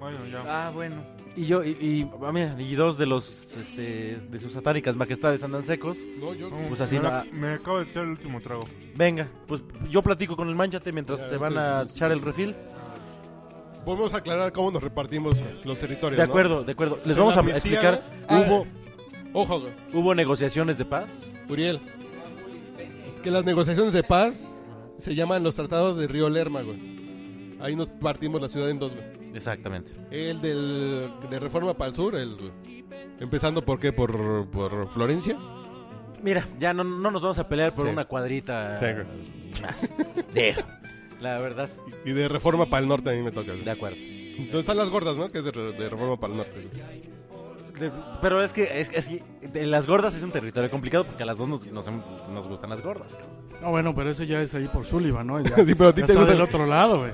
B: Bueno, ya.
E: Ah, bueno.
D: Y yo, y, y, ah, mira, y dos de los, este, de sus satánicas majestades andan secos.
C: No, yo.
B: No,
D: Pues así
B: me, la-
D: no-
B: me acabo de echar el último trago.
D: Venga, pues yo platico con el manchate mientras se van a echar el refil.
C: Podemos aclarar cómo nos repartimos los territorios.
D: De
C: Este, ¿no?
D: acuerdo, de acuerdo. Les
C: Son
D: vamos a
C: amnistía,
D: explicar.
C: ¿no? Ah,
D: Hubo,
C: Ojo, güey,
D: hubo negociaciones de paz.
C: Uriel. Que las negociaciones de paz se llaman los tratados de Río Lerma, güey. Ahí nos partimos la ciudad en dos, güey.
D: Exactamente.
C: El del, de Reforma para el Sur, el. Empezando por qué? Por, por Florencia.
D: Mira, ya no, no nos vamos a pelear por
C: Sí.
D: una cuadrita.
C: Sí,
D: ni más. Digo, La verdad,
C: Y de Reforma para el Norte a mí me toca, güey.
D: de acuerdo.
C: Donde están las gordas, ¿no? Que es de, re- de Reforma para el Norte. güey.
D: De- pero es que, es que- es que de las gordas es un territorio complicado porque a las dos nos, nos, nos gustan las gordas. cabrón.
F: No, bueno, pero eso ya es ahí por Sullivan, ¿no? Ya,
C: Sí, pero a ti
F: ya
C: te
F: está
C: gusta-
F: del otro lado, güey.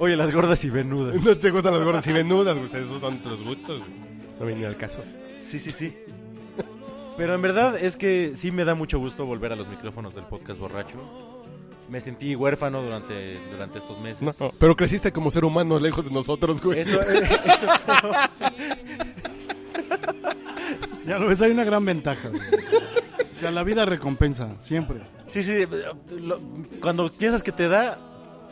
D: Oye, las gordas y venudas.
C: No te gustan las gordas y venudas, güey. Esos son tus gustos, güey. No viene al caso.
D: Sí, sí, sí. Pero en verdad es que sí me da mucho gusto volver a los micrófonos del podcast borracho. Me sentí huérfano durante, durante estos meses.
C: No, pero creciste como ser humano lejos de nosotros, güey.
D: Eso, eh, eso-
F: Ya lo ves, hay una gran ventaja. güey. O sea, la vida recompensa, siempre.
D: sí, sí. lo- cuando piensas que te da,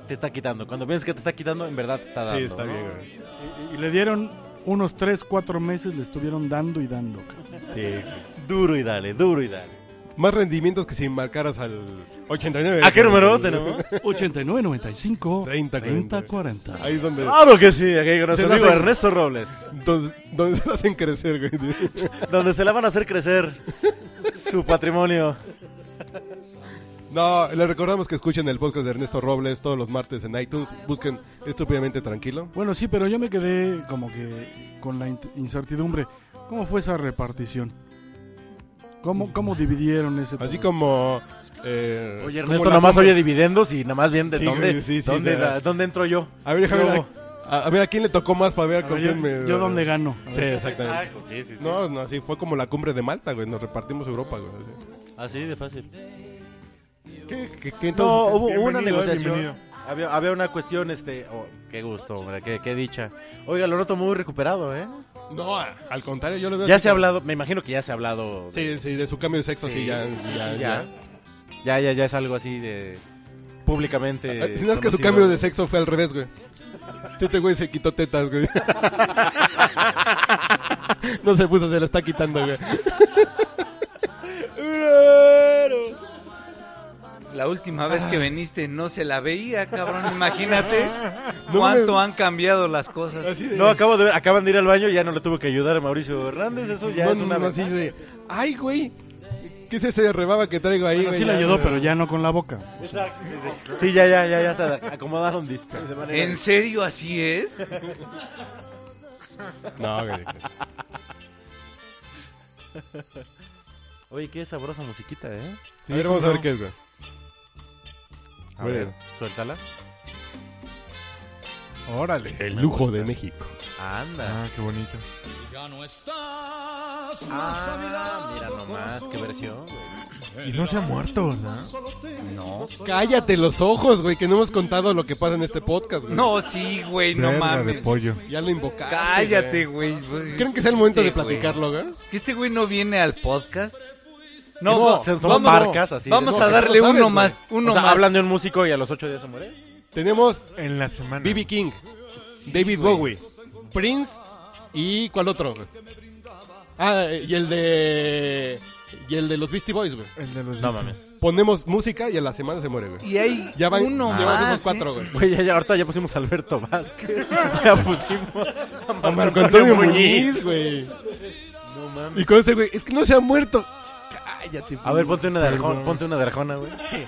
D: te está quitando. Cuando piensas que te está quitando, en verdad te está dando.
C: sí, está
D: ¿no?
C: bien, güey.
F: Y, y le dieron unos 3, 4 meses, le estuvieron dando y dando. cabrón.
C: Sí, güey.
D: Duro y dale, duro y dale.
C: Más rendimientos que si marcaras al 89.
D: ¿A qué
C: güey.
D: número tenemos?
F: 89, 95,
C: 30,
F: 30,
C: 40.
F: 40.
C: Ahí es donde,
D: Claro que sí, aquí con
C: Se
D: nuestro
C: nos
D: amigo
C: hace-
D: Ernesto Robles.
C: donde, donde se hacen crecer, güey.
D: Donde se la van a hacer crecer su patrimonio.
C: No, les recordamos que escuchen el podcast de Ernesto Robles todos los martes en iTunes. Busquen estúpidamente tranquilo.
F: Bueno, sí, pero yo me quedé como que con la in- incertidumbre. ¿Cómo fue esa repartición? ¿Cómo, cómo dividieron ese
C: Así
F: torneo?
C: como. Eh,
D: Oye,
C: como
D: Ernesto,
C: la-
D: nomás oye dividendos y nomás bien de
C: Sí,
D: dónde,
C: güey, sí, sí,
D: dónde,
C: de-
D: da- dónde entro yo.
C: A ver, déjame ver
D: Luego.
C: a, a- a ver a quién le tocó más para ver
F: A
C: con
F: ver,
C: quién
F: yo,
C: me.
F: yo dónde gano.
C: Sí, exactamente.
D: sí, sí,
C: No, no, así fue como la cumbre de Malta, güey. Nos repartimos Europa, güey.
D: Así de fácil.
C: ¿Qué, qué- qué
D: No,
C: entonces?
D: hubo hubo una
B: bienvenido, eh,
D: negociación.
B: bienvenido.
D: Había, había una cuestión, este... oh, qué gusto, hombre, qué, qué dicha. Oiga, lo noto muy recuperado, ¿eh?
C: No, a- al contrario, yo lo veo.
D: Ya
C: así
D: se ha
C: como-
D: hablado, me imagino que ya se ha hablado...
C: Sí, sí, de su cambio de sexo, sí, ya,
D: sí,
C: ya,
D: sí,
C: ya.
D: Ya, ya, ya es algo así de... Públicamente...
C: Ah, Si no es que su
D: conocido.
C: cambio de sexo fue al revés, güey. Este güey se quitó tetas, güey. No se puso, se la está quitando, güey.
E: La última vez que viniste no se la veía, cabrón. Imagínate cuánto han cambiado las cosas.
C: Así de-
D: No, acabo de ver, acaban de ir al baño, ya no le tuve que ayudar a Mauricio Hernández, eso ya
C: no,
D: es una
C: no, así
D: ventaja.
C: de, ay, güey, ¿qué es ese rebaba que traigo ahí?
F: Bueno,
C: güey?
F: sí le
C: Ya,
F: ayudó,
C: güey.
F: pero ya no con la boca.
D: Exacto, sí, sí. Sí, ya, ya, ya, ya se acomodaron dis- de manera-
E: ¿En serio así es?
C: No, güey.
D: Oye, qué sabrosa musiquita, ¿eh?
C: Sí, a ver, vamos a ver qué es, güey.
D: A
C: Bueno.
D: ver, suéltala.
B: Órale.
C: El lujo de México.
D: Anda.
B: Ah, qué bonito.
D: Ah, mira nomás, qué versión.
B: Y no se ha muerto, ¿verdad?
C: Cállate los ojos, güey, que no hemos contado lo que pasa en este podcast, güey.
E: No, sí, güey, no
B: Verga de
E: mames.
B: pollo.
C: Ya lo invocaste.
E: Cállate,
C: güey.
E: güey.
C: ¿Creen que sea el momento de
E: Este, güey.
C: platicarlo, güey?
E: ¿Que este güey no viene al podcast?
D: No, son- son marcas así.
E: Vamos
D: No,
E: a
D: que
E: darle
C: no sabes,
E: uno
C: güey.
E: más, uno
D: o sea,
E: más.
D: hablan de un músico y a los ocho días se muere.
C: Tenemos
B: En la semana.
C: B.B. King, David Bowie, Prince y ¿cuál otro? güey? Ah, y el de y el de los Beastie Boys, güey.
B: El de los
D: No
B: discos.
D: mames.
C: Ponemos música y a la semana se muere, güey.
E: Y hay
C: Ya van,
E: uno
C: llevamos
E: más.
C: esos cuatro,
E: ¿eh?
C: güey.
D: Güey, ya, ya, ahorita ya pusimos a Alberto Vázquez. Ya pusimos a
C: A Marco Antonio Muñiz, güey. Y con ese güey, es que no se ha muerto. Cállate.
D: A ver, ponte una de Arjona, ponte una de Arjona, güey. Sí.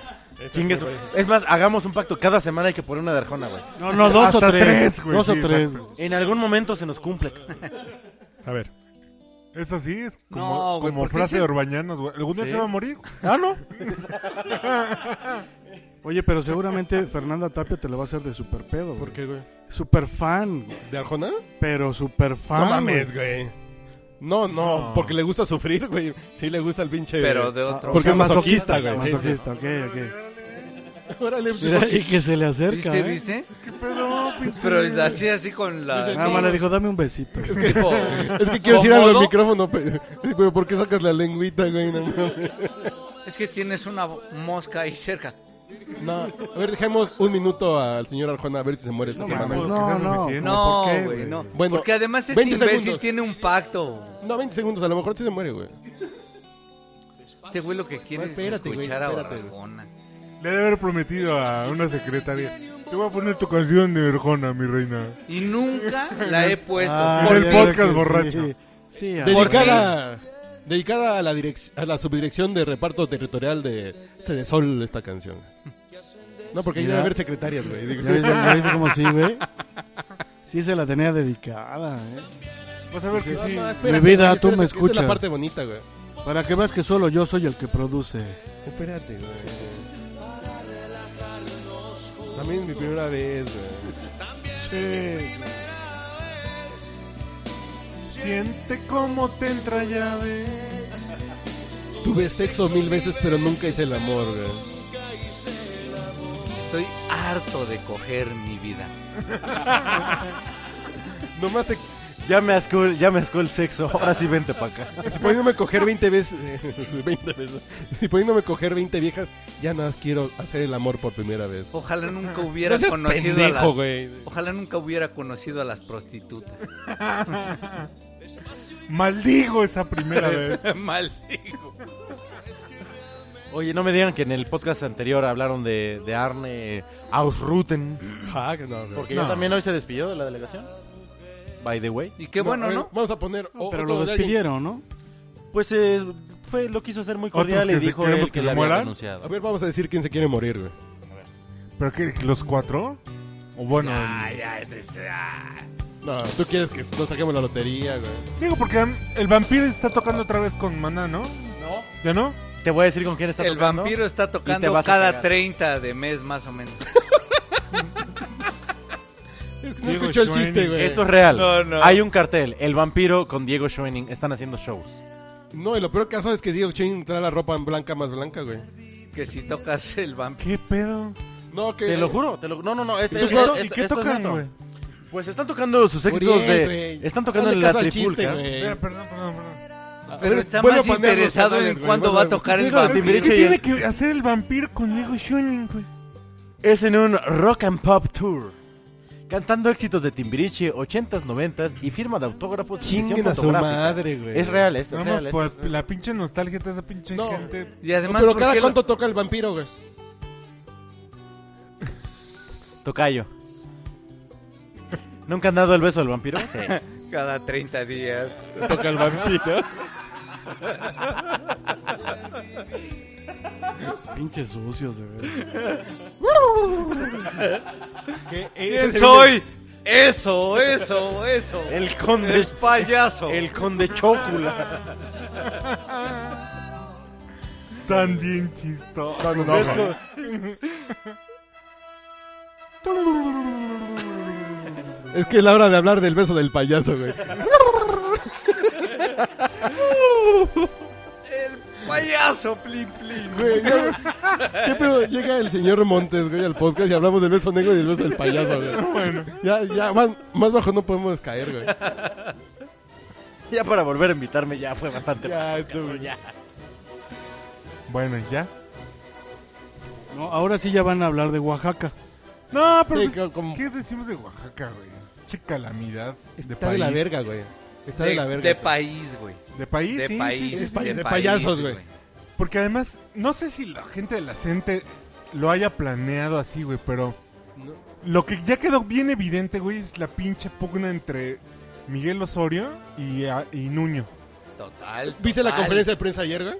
D: Chingue su- Es más, hagamos un pacto. Cada semana hay que poner una de Arjona, güey.
F: No, no, dos
B: Hasta
F: o tres.
B: tres, güey,
F: dos o
B: sí,
F: tres.
B: exacto.
F: güey.
D: En algún momento se nos cumple.
B: A ver. Eso sí es como,
E: No, güey,
B: como
E: ¿por qué
B: frase
E: se-
B: de Orbañanos, güey. ¿Algún día se va a morir?
D: Ah, no.
F: Oye, pero seguramente Fernanda Tapia te lo va a hacer de super pedo.
C: ¿Por qué, güey?
F: Super fan, güey,
C: ¿De Arjona?
F: pero super fan.
C: no mames, Ah, güey. No, no, porque le gusta sufrir, güey. Sí le gusta el pinche.
E: Pero de otro.
C: Porque es masoquista, güey. sí, sí.
F: Masoquista, ok, ok.
C: Órale,
F: Mira, y que se le acerca.
E: ¿Viste,
F: ¿eh?
E: viste?
B: ¿Qué pedo, pinche?
E: Pero así, así con la...
F: Nada más le dijo, dame un besito.
E: tipo-
C: Es que quiero decir algo al
E: ¿Cómodo?
C: micrófono, pe- güey, ¿por qué sacas la lengüita, güey? No, mames.
E: Es que tienes una mosca ahí cerca.
C: No, a ver, dejemos un minuto al señor Arjona a ver si se muere esta
B: No,
C: semana.
B: mames,
F: No,
B: que sea
F: no.
B: suficiente.
E: No,
B: ¿Por qué,
E: güey, no.
C: Bueno,
E: Porque además ese
C: 20
E: imbécil
C: segundos.
E: tiene un pacto.
C: No, 20 segundos, a lo mejor sí se muere, güey.
E: Este güey lo que quiere
C: Güey, espérate,
E: es
C: güey,
E: escuchar a
C: espérate, güey.
E: Barragona.
B: Le debe haber prometido a una secretaria. Te voy a poner tu canción de Arjona, mi reina.
E: Y nunca la he puesto.
F: Ah,
E: Por-
B: el
F: ya,
B: podcast
F: ya que
B: borracho.
F: Sí, sí, ah,
E: ¿Por qué?
C: Dedicada, dedicada a, la direc- a la subdirección de reparto territorial de Cedesol esta canción. No, porque ahí
F: Mira.
C: debe haber secretarias, güey. Digo,
F: ¿Ya viste, ya viste cómo sí, güey? Sí se la tenía dedicada, ¿eh?
B: Vas a ver que sí.
C: no, espérate,
F: Mi vida,
C: güey,
F: tú
C: espérate,
F: me
C: esta es
F: escuchas.
C: la parte bonita, güey.
F: Para que veas que solo yo soy el que produce.
C: Espérate, güey. También es mi primera vez, güey.
B: Siente cómo te entra llave.
C: Tuve sexo mil veces, pero nunca hice el amor, güey.
E: Estoy harto de coger mi vida.
C: Nomás te...
D: Ya me ascó, ya me ascó el sexo. Ahora sí vente para acá.
C: Si pudiéndome coger 20 veces... 20 veces. Si pudiéndome coger 20 viejas, ya nada más quiero hacer el amor por primera vez.
E: Ojalá nunca hubiera
C: No seas
E: conocido a
C: pendejo,
E: la-
C: güey.
E: Ojalá nunca hubiera conocido a las prostitutas.
B: Maldigo esa primera vez.
E: Maldigo.
D: Oye, no me digan que en el podcast anterior hablaron de, de Arne Ausruten.
C: Ah, que no, güey.
D: Porque
B: No.
D: ya también hoy se despidió de la delegación. By the way.
E: Y qué
C: a
E: bueno,
C: ver,
E: ¿no?
C: eh, Vamos a poner. o-
F: Pero
C: otro
F: lo
C: de alguien.
F: despidieron, ¿no?
D: Pues eh, fue, lo quiso hacer muy
B: ¿Otros
D: cordial y
B: que se-
D: dijo
B: queremos
D: él
B: que
D: que
B: se
D: le había
B: mueran?
D: renunciado.
C: A ver, vamos a decir quién se quiere morir, güey.
B: ¿Pero qué? ¿Los cuatro? O bueno. el-
E: este,
C: No, tú quieres que nos saquemos la lotería, güey.
B: Digo, porque el vampiro está tocando otra vez con Maná, ¿no?
D: No.
B: ¿Ya no?
D: Te voy a decir con quién está
E: El
D: tocando.
E: vampiro está
D: te
E: tocando
D: vas a
E: cada
D: cagar.
E: 30 de mes más o menos.
C: No
B: Diego
C: escuchó el
B: Schwenning.
C: chiste, güey.
D: Esto es real.
E: No, no.
D: Hay un cartel. El vampiro con Diego Schoening están haciendo shows.
C: No, y lo peor caso es que Diego Chain trae la ropa en blanca más blanca, güey.
E: Que si tocas el vampiro.
B: ¿Qué pedo?
C: No, que.
D: Te lo juro. Te lo, no, no, no. Este,
B: ¿Y
D: este-
B: qué, to- y
D: este-
B: qué
D: esto es
B: tocan,
D: neto.
B: güey?
D: Pues están tocando sus éxitos
C: Uriel,
D: de.
C: güey.
D: Están tocando en
C: Hazle
D: la
C: caso al chiste,
D: tripulca.
C: güey.
B: Espera, perdón, perdón, perdón.
E: Pero está
C: Vuelve
E: más
C: a poner los
E: interesado
C: canales,
E: en
C: güey,
E: cuándo
C: vuelve
E: va
C: a-
E: a tocar el
D: Diego,
B: ¿Qué,
E: vampiro.
D: Timbiriche
B: qué
D: y
B: tiene
D: el-
B: que hacer el vampiro con Diego Schoening, güey?
D: Es en un rock and pop tour. Cantando éxitos de Timbiriche, 80s, 90s y firma de autógrafos. y sesión
C: Chinguen a su
D: fotográfica.
C: madre, güey.
D: Es real, esto
B: Nada
D: es real.
B: más
D: esto
B: por
D: es real.
B: la pinche nostalgia de esa pinche
C: No.
B: gente.
E: Y
C: No,
E: además,
C: pero
E: ¿por
C: cada
E: qué lo-
C: cuánto toca el vampiro, güey.
D: Tocayo. ¿Nunca han dado el beso al vampiro? Sí.
E: Cada 30 días.
B: Toca el vampiro.
F: Pinches sucios, de verdad.
E: ¿Quién soy? Eso, eso, eso.
D: El conde.
E: Es payaso.
D: El conde Chocula.
B: Tan bien chistoso.
C: enojo. Es que es la hora de hablar del beso del payaso, güey.
E: El payaso, plin, plin.
C: Güey, ya- ¿Qué pedo? Llega el señor Montes, güey, al podcast y hablamos del beso negro y del beso del payaso, güey. Bueno. Ya, ya, más, más bajo no podemos caer, güey.
D: Ya para volver a invitarme ya fue bastante.
C: Ya, tú, güey.
B: Bueno, ¿y ya.
F: No, ahora sí ya van a hablar de Oaxaca.
B: No, pero.
C: Sí,
B: pues,
C: co- como-
B: ¿Qué decimos de Oaxaca, güey? Che calamidad. de
C: Está
B: país.
C: de la verga, güey. Está de,
E: De,
C: la verga.
E: de país, güey.
B: De país,
E: De
B: sí, sí,
E: país.
B: sí, sí.
C: Es país de payasos, güey.
B: Porque además, no sé si la gente de la gente lo haya planeado así, güey, pero.
C: No.
B: Lo que ya quedó bien evidente, güey, es la pinche pugna entre Miguel Osorio y, a- y Nuño.
E: Total.
C: ¿Viste la
E: total.
C: conferencia de prensa ayer, güey?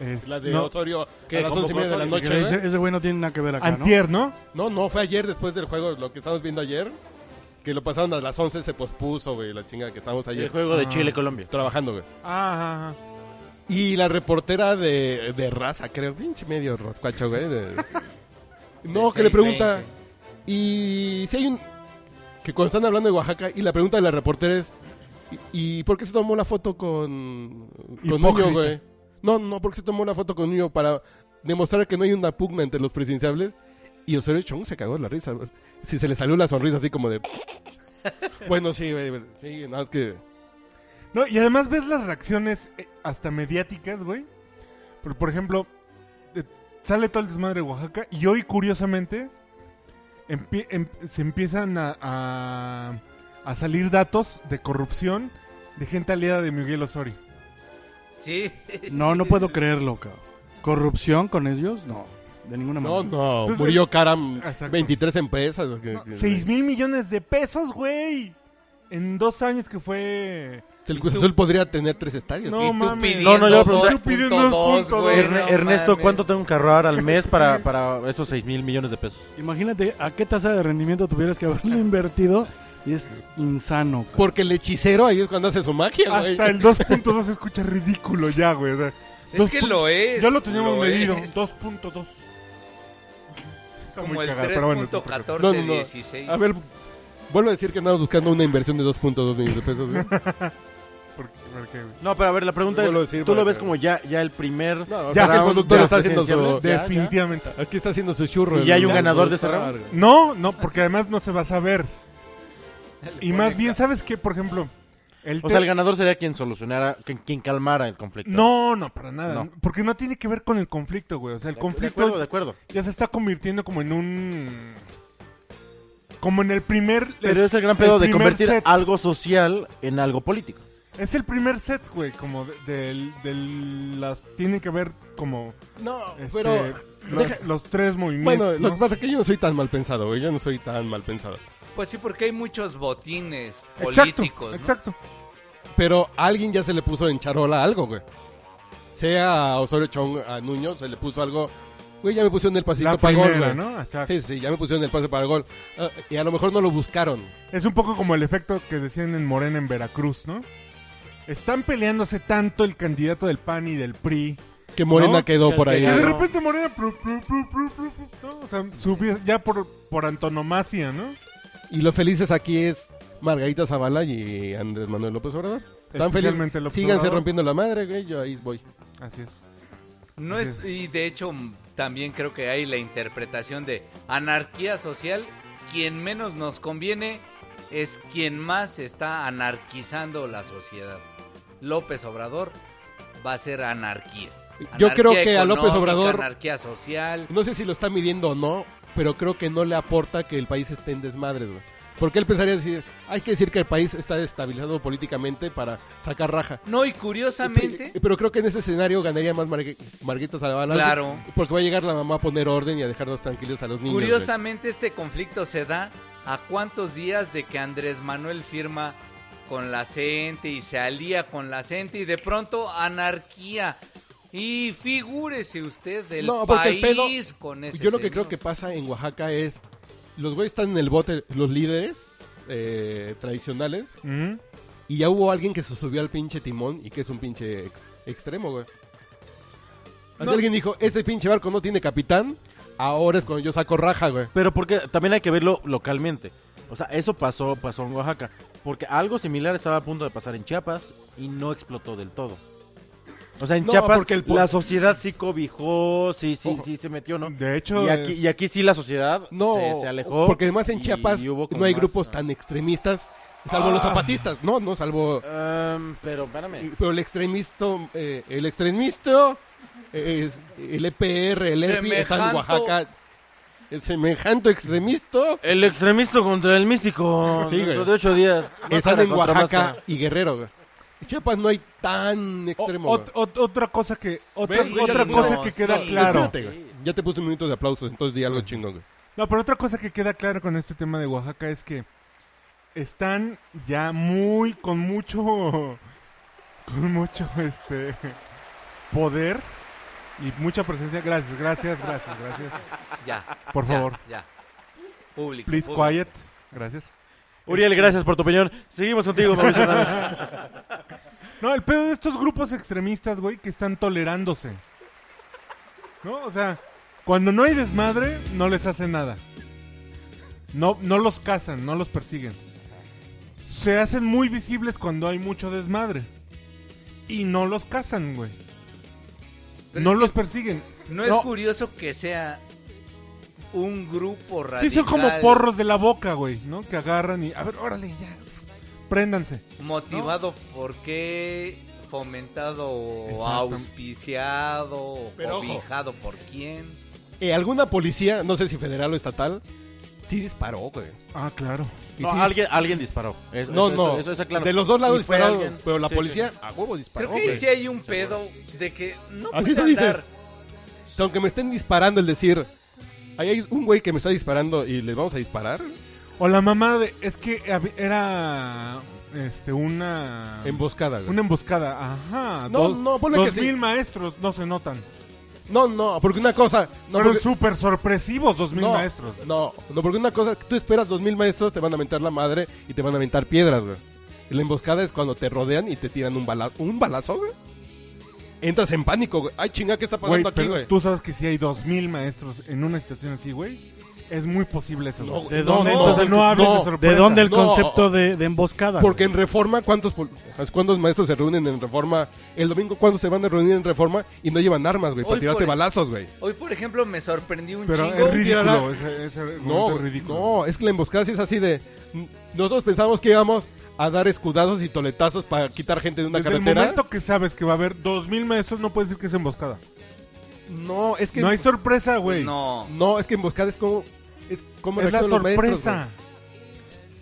B: Es-
C: La de
B: no,
C: Osorio a las
D: convocó
C: once y media de la
D: Osorio?
C: noche, güey.
F: Ese, ese güey no tiene nada que ver
C: Ah,
F: acá, ¿no?
B: Antier, ¿no?
C: No, no, fue ayer después del juego, lo que estábamos viendo ayer. Que lo pasaron a las 11, se pospuso, güey, la chinga que estábamos
D: El
C: ayer
D: juego de Chile-Colombia.
C: trabajando, güey.
B: Ah,
C: Y la reportera de, de raza, creo, pinche medio rascuacho, güey. de- no,
E: De
C: que
E: 6:20.
C: le pregunta. Y si hay un. Que cuando están hablando de Oaxaca, y la pregunta de la reportera es: ¿Y, y por qué se tomó la foto con. con
B: Hipócrita.
C: Nuño, güey? No, no, ¿por qué se tomó la foto con Nuño? Para demostrar que no hay una pugna entre los presidenciables. Y Osorio Chong se cagó de la risa. Si se le salió la sonrisa así como de. bueno, sí, güey. güey, Sí, nada más que.
B: No, y además ves las reacciones eh, hasta mediáticas, güey. Por, por ejemplo, eh, sale todo el desmadre de Oaxaca y hoy, curiosamente, empie- em- se empiezan a, a- a salir datos de corrupción de gente aliada de Miguel Osorio.
E: Sí.
F: No, no puedo creerlo, cabrón. ¿Corrupción con ellos? No, de ninguna manera.
C: No, no.
B: Entonces-
C: murió Karam
B: Exacto.
C: 23 empresas. güey, que-
B: No,
C: que-
B: 6 mil millones de pesos, güey. En dos años que fue...
C: El Cruz Azul podría tener tres estadios.
B: No,
C: güey.
E: Y tú
B: mames.
E: pidiendo
D: No, no, yo le pregunté.
E: 2.2,
B: Tú pidiendo 2.2,
E: güey,
D: Erne-
E: no
D: Ernesto,
E: mames.
D: ¿cuánto tengo que ahorrar al mes para, para esos 6 mil millones de pesos?
F: Imagínate a qué tasa de rendimiento tuvieras que haberlo invertido. Y es insano, cabrón.
C: Porque el hechicero ahí es cuando hace su magia, güey.
B: Hasta el 2.2 se escucha ridículo ya, güey. o sea,
E: Es que lo es.
B: ya lo teníamos medido.
E: es.
B: 2.2.
E: Es
B: Está
E: como
B: muy
E: el
B: cagado, pero bueno, es otra cosa.
E: 3.1416.
C: No, no, no. A ver, vuelvo a decir que andamos buscando una inversión de 2.2 millones de pesos, güey.
B: ¿Por qué, por qué, güey?
D: No, pero a ver, la pregunta
C: Vuelvo a
D: es,
C: decir
D: ¿tú lo
C: para
D: ves
C: que-
D: como ya, ya el primer
C: No,
B: Ya,
C: o sea, el
D: round
C: conductor
D: de
C: está haciendo su...
D: presidenciables?
C: ya,
B: Definitivamente.
C: ya. Aquí está haciendo su churro.
D: ¿Y ya hay
C: el-
D: un ganador
C: el-
D: de ese round?
B: No, no, porque además no se va a saber. Y más bien, ¿sabes qué? Por ejemplo, el
D: O sea,
B: te-
D: el ganador sería quien solucionara, quien, quien calmara el conflicto.
B: No, no, para nada.
D: No.
B: Porque no tiene que ver con el conflicto, güey. O sea, el
D: De-
B: conflicto
D: De acuerdo, de acuerdo.
B: ya se está convirtiendo como en un... Como en el primer...
D: Pero es el gran pedo de convertir algo social en algo político.
B: Es el primer set, güey. Como de, del- del- las... Tiene que ver como...
C: No,
B: este,
C: pero...
B: los,
C: deja-
B: los tres movimientos.
C: Bueno, lo
B: ¿no?
C: que pasa es que yo no soy tan mal pensado, güey. Yo no soy tan mal pensado.
E: Pues sí, porque hay muchos botines
B: Exacto,
E: políticos. ¿no?
B: exacto.
C: Pero a alguien ya se le puso en charola algo, güey. Sea a Osorio Chong, a Nuño, se le puso algo... Güey, ya me pusieron el pasito
B: La
C: para el gol,
B: primera,
C: güey.
B: ¿no? Ah. Exacto.
C: Sí, sí, ya me pusieron el pase para el gol. Ah, y a lo mejor no lo buscaron.
B: Es un poco como el efecto que decían en Morena en Veracruz, ¿no? Están peleándose tanto el candidato del PAN y del PRI.
C: Que Morena
B: ¿No?
C: quedó por ahí.
B: Que de
C: ¿no?
B: repente Morena... pru, pru, pru, pru, pru, pru, ¿no? O sea, subió ya por, por antonomasia, ¿no?
C: Y los felices aquí es Margarita Zavala y Andrés Manuel López Obrador. Están felices.
B: Especialmente López
C: Síganse
B: Obrador.
C: rompiendo la madre, güey. Yo ahí voy.
B: Así es.
E: No es, y de hecho, m- también creo que hay la interpretación de anarquía social. Quien menos nos conviene es quien más está anarquizando la sociedad. López Obrador va a ser anarquía.
C: Yo
E: Anarquía
C: creo que a López
E: económica,
C: Obrador-
E: Anarquía social.
C: No sé si lo está midiendo o no, pero creo que no le aporta que el país esté en desmadres, güey. Porque él pensaría decir, hay que decir que el país está destabilizado políticamente para sacar raja.
E: No, y curiosamente,
C: Pero creo que en ese escenario ganaría más Margue- Marguita Zavala.
E: Claro.
C: Porque va a llegar la mamá a poner orden y a dejarnos tranquilos a los niños. güey.
E: curiosamente este conflicto se da a cuántos días de que Andrés Manuel firma con la gente y se alía con la gente y de pronto anarquía. Y figúrese usted del
C: No, porque el
E: país
C: pedo-
E: con ese
C: Yo lo que
E: señor.
C: creo que pasa en Oaxaca es, los güeyes están en el bote, los líderes eh, tradicionales,
B: Ujú.
C: y ya hubo alguien que se subió al pinche timón y que es un pinche ex- extremo, güey. Así Alguien dijo, ese pinche barco no tiene capitán, ahora es cuando yo saco raja, güey.
D: Pero porque también hay que verlo localmente. O sea, eso pasó, pasó en Oaxaca. Porque algo similar estaba a punto de pasar en Chiapas y no explotó del todo. O sea, en
C: No,
D: Chiapas
C: porque el po-
D: la sociedad sí cobijó, sí, sí,
C: Ojo.
D: sí se metió, ¿no?
B: De hecho,
D: Y aquí,
B: es-
D: y aquí sí la sociedad
C: No,
D: se, se alejó.
C: porque además en
D: y
C: Chiapas
D: hubo como
C: no hay
D: más,
C: grupos
D: ah.
C: tan extremistas, salvo los zapatistas, no, no, salvo...
D: Em, pero espérame.
C: Pero el extremista, eh, el extremista, eh, es- el EPR, el E ERPI, está en
E: Semejanto-
C: Oaxaca. El semejante extremista
D: El extremista contra el místico.
C: Sí, güey.
D: dentro de ocho días.
C: están
D: Máscara
C: en
D: contra
C: Oaxaca
D: máscara.
C: y Guerrero. güey. En Chiapas no hay tan extremo.
B: O-
C: güey.
B: ot- ot- otra cosa que otra,
C: Ven, güey,
B: otra
C: ya
B: cosa
E: no,
B: que queda
E: sí.
B: claro.
C: Espérate, güey. Ya te puse un minuto de aplausos, entonces di algo chingón. güey.
B: No, pero otra cosa que queda claro con este tema de Oaxaca es que están ya muy con mucho con mucho este poder y mucha presencia. Gracias, gracias, gracias, gracias.
E: Ya,
B: Por
E: ya,
B: favor,
E: Ya. Público.
B: please
E: público.
B: quiet. Gracias.
D: Uriel,
C: Este,
D: gracias por tu opinión. Seguimos contigo, Mauricio Hernández.
B: No, el pedo de estos grupos extremistas, güey, que están tolerándose. ¿No? O sea, cuando no hay desmadre, no les hacen nada. No, no los cazan, no los persiguen. Se hacen muy visibles cuando hay mucho desmadre. Y no los cazan, güey.
E: Pero
B: No
E: es que
B: los persiguen.
E: No es
B: No.
E: curioso que sea un grupo radical.
B: Sí, son como porros de la boca, güey, ¿no? Que agarran y... A ver, órale, ya. Préndanse.
E: Motivado por qué, fomentado o
B: Exacto.
E: auspiciado o
C: Pero ojo.
E: cobijado por quién.
C: Eh, alguna policía, no sé si federal o estatal, s- sí disparó, güey.
B: Ah, claro.
C: Y
D: No,
C: sí-
D: alguien, alguien disparó. Eso-
C: no,
D: eso-
C: no.
D: eso- eso es claro.
C: De los dos lados
D: Y fue
C: dispararon,
D: alguien.
C: pero la
D: Sí, sí.
C: policía a huevo disparó.
E: Creo que
C: güey.
E: sí hay un pedo de que no
C: Así se
E: puede
C: dices.
E: andar.
C: O sea, aunque me estén disparando, el decir, ahí hay un güey que me está disparando y les vamos a disparar.
B: O la mamá de... Es que hab- era... Este,
D: Ah.
B: una...
C: Emboscada, güey.
B: Una emboscada, ajá.
C: No,
B: dos-
C: no, ponle
B: dos
C: que sí.
B: mil maestros no se notan.
C: No, no, porque una cosa. No,
B: Fueron
C: porque-
B: súper sorpresivos dos mil
C: no,
B: maestros.
C: No, no, porque una cosa, tú esperas dos mil maestros, te van a mentar la madre y te van a mentar piedras, güey. La emboscada es cuando te rodean y te tiran un balazo. ¿Un balazo, güey? Entras en pánico, güey. Ay, chinga, ¿qué está
B: Güey,
C: pasando aquí,
B: pero
C: güey?
B: tú sabes que si hay dos mil maestros en una situación así, güey, es muy posible eso. güey.
F: ¿De
C: No,
F: dónde
C: no,
F: entonces
B: Entonces no hables
C: no,
B: de
C: ¿de
B: sorpresa.
F: ¿De dónde el
C: No.
D: oh,
F: concepto de, de emboscada?
C: Porque
F: güey?
C: en Reforma, ¿cuántos, pol- ¿cuántos maestros se reúnen en Reforma? El domingo, ¿cuántos se van a reunir en Reforma? Y no llevan armas, güey, para
E: Hoy
C: tirarte
E: por-
C: balazos, güey.
E: Hoy, por ejemplo, me sorprendió un
B: Pero
E: chingo.
B: es ridículo.
C: tirará-
B: Ese, ese
C: No,
B: argumento es ridículo.
C: no, es que la emboscada sí es así de... Nosotros pensamos que íbamos a dar escudazos y toletazos para quitar gente de una
B: Desde el
C: carretera.
B: momento que sabes que va a haber dos mil maestros, no puedes decir que es emboscada.
C: No, es que...
B: No hay sorpresa, güey.
E: No.
C: No, es que emboscada es como... Es como
B: es la
C: reaccionan los maestros,
B: sorpresa.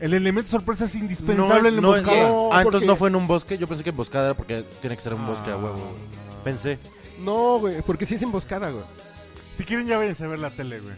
B: el elemento sorpresa es
D: No
B: indispensable
D: es-
B: en la
D: no es-
B: emboscada.
C: no.
D: ah, entonces
C: porque- Ah.
D: no fue en un bosque. Yo pensé que emboscada era porque tiene que ser un bosque a huevo. Pensé.
C: güey. No, güey, porque sí es emboscada, güey.
B: Si quieren, ya váyanse a ver la tele, güey.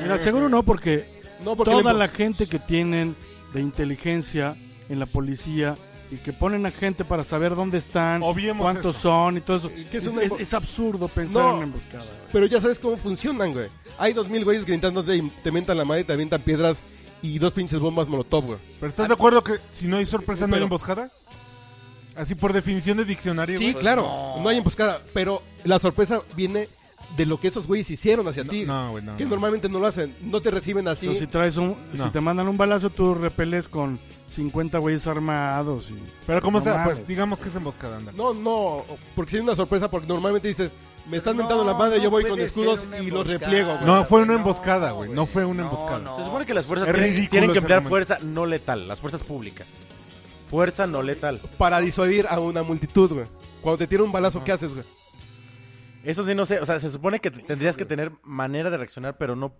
F: Mira, seguro no, porque
C: No, porque...
F: toda
C: embo-
F: la gente que tienen de inteligencia en la policía y que ponen a gente para saber dónde están,
B: Obviemos
F: cuántos
B: eso.
F: son y todo eso.
C: ¿Qué
F: Es,
C: es una
F: es-
C: embo-
F: es absurdo pensar
C: No.
F: en una emboscada. güey.
C: Pero ya sabes cómo funcionan, güey. Hay dos mil güeyes gritándote y te mentan la madre, te avientan piedras y dos pinches bombas molotov, güey.
B: ¿Pero estás de acuerdo que si no hay sorpresa no hay
C: Pero-
B: emboscada? Así por definición de diccionario,
C: Sí,
B: güey.
C: claro, Pues no. hay emboscada, pero la sorpresa viene de lo que esos güeyes hicieron hacia ti.
B: No, güey, no.
C: que
B: no.
C: normalmente no lo hacen, no te reciben así.
F: Entonces, si traes un,
B: No.
F: si te mandan un balazo, tú repeles con 50 güeyes armados y
B: Pero como
F: No
B: sea,
F: mames.
B: pues digamos que es emboscada, anda.
C: No, no, porque si es una sorpresa, porque normalmente dices, me están mentando la madre,
E: No,
C: yo voy
E: puede
C: con
E: ser
C: escudos
E: una
C: y los
E: emboscada,
C: repliego, güey.
B: No, fue una emboscada, güey, no fue una
E: No,
B: emboscada.
E: no.
D: Se supone que las fuerzas
B: Es
D: tienen,
B: ridículo
D: tienen que
B: ese
D: emplear
B: argumento.
D: fuerza no letal, las fuerzas públicas. Fuerza no letal.
C: Para disuadir a una multitud, güey. Cuando te tira un balazo, ¿qué haces, güey?
D: Eso sí, no sé. O sea, se supone que tendrías que tener manera de reaccionar, pero no.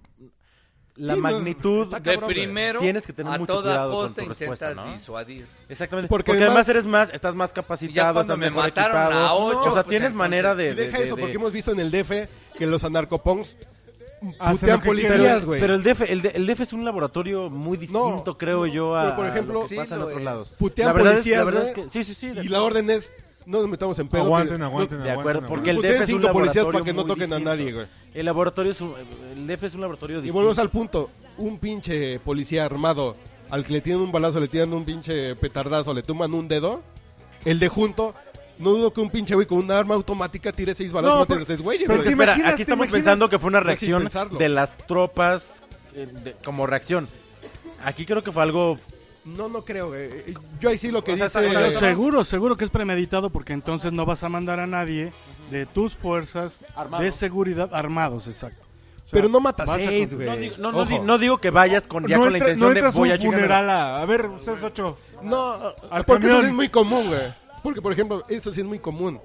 D: la
C: Sí, no es-
D: magnitud
C: está
E: De
C: cabrón, güey.
E: primero,
D: Tienes que tener
E: a
D: mucho
E: toda
D: cuidado con
E: costa
D: tu respuesta,
E: intentas
D: ¿no?
E: disuadir.
D: Exactamente.
C: Porque
D: Porque, además,
C: además
D: eres más, estás más
E: Ya
D: capacitado,
E: cuando
D: estás
E: me
D: mejor
E: mataron
D: equipado.
E: a ocho,
D: o sea,
E: pues,
D: tienes
E: entonces-
D: manera
C: Y
D: de, de-
C: deja
D: de-
C: eso,
D: de-
C: porque hemos visto en el DF que los anarcopongs
B: Hacen
C: putean
B: lo que quieren.
C: policías, güey.
D: Pero el DF, el, D- el DF es un laboratorio muy distinto,
C: No,
D: creo yo, a,
C: pero, por
D: a
C: ejemplo,
D: lo que pasa
E: Sí,
D: en
E: lo
D: otros
E: es.
D: lados.
C: Putean
D: la verdad
C: policías,
D: Es, la verdad
C: ¿no?
D: es que, sí, sí, sí. de
C: Y la orden es, no nos metamos en pedo.
B: Aguanten,
C: que-
B: aguanten,
C: no-
D: De
B: aguanten,
D: acuerdo,
B: aguanten.
D: porque el
C: Ustedes
D: DF es un
C: cinco policías
D: laboratorio
C: para que no
D: muy
C: toquen a
D: distinto.
C: nadie, güey.
D: El laboratorio es un, el DF es un laboratorio
C: Y
D: distinto.
C: volvemos al punto. Un pinche policía armado al que le tienen un balazo, le tiran un pinche petardazo, le tuman un dedo. El de junto, no dudo que un pinche güey con una arma automática tire seis balazos,
B: No,
C: mate a
B: pero-
C: los seis güeyes,
B: pero
C: güey.
B: es que-
D: Espera,
B: imaginas,
D: aquí
B: te
D: estamos
B: imaginas-
D: pensando que fue una
C: sin
D: reacción
C: pensarlo.
D: de las tropas eh, de- como reacción. Aquí creo que fue algo
C: No, no creo, güey. Yo ahí sí lo que
D: O sea,
C: dice...
D: está-
F: Pero
D: está-
F: seguro, seguro que es premeditado porque entonces no vas a mandar a nadie de tus fuerzas
D: Armados.
F: de seguridad armados, exacto. O sea,
C: pero no mata
F: vas a
C: seis,
F: con-
C: güey.
D: No digo, no, no
C: Ojo.
D: di- no digo que vayas con, ya
B: No,
D: con la
B: entra-
D: intención
B: no
D: de
B: entras a
D: voy
B: un
D: a chingar.
B: funeral a... a ver, ustedes ocho.
C: No,
B: Al
C: porque eso sí
B: camión.
C: es muy común, güey. Porque, por ejemplo, eso sí es muy común.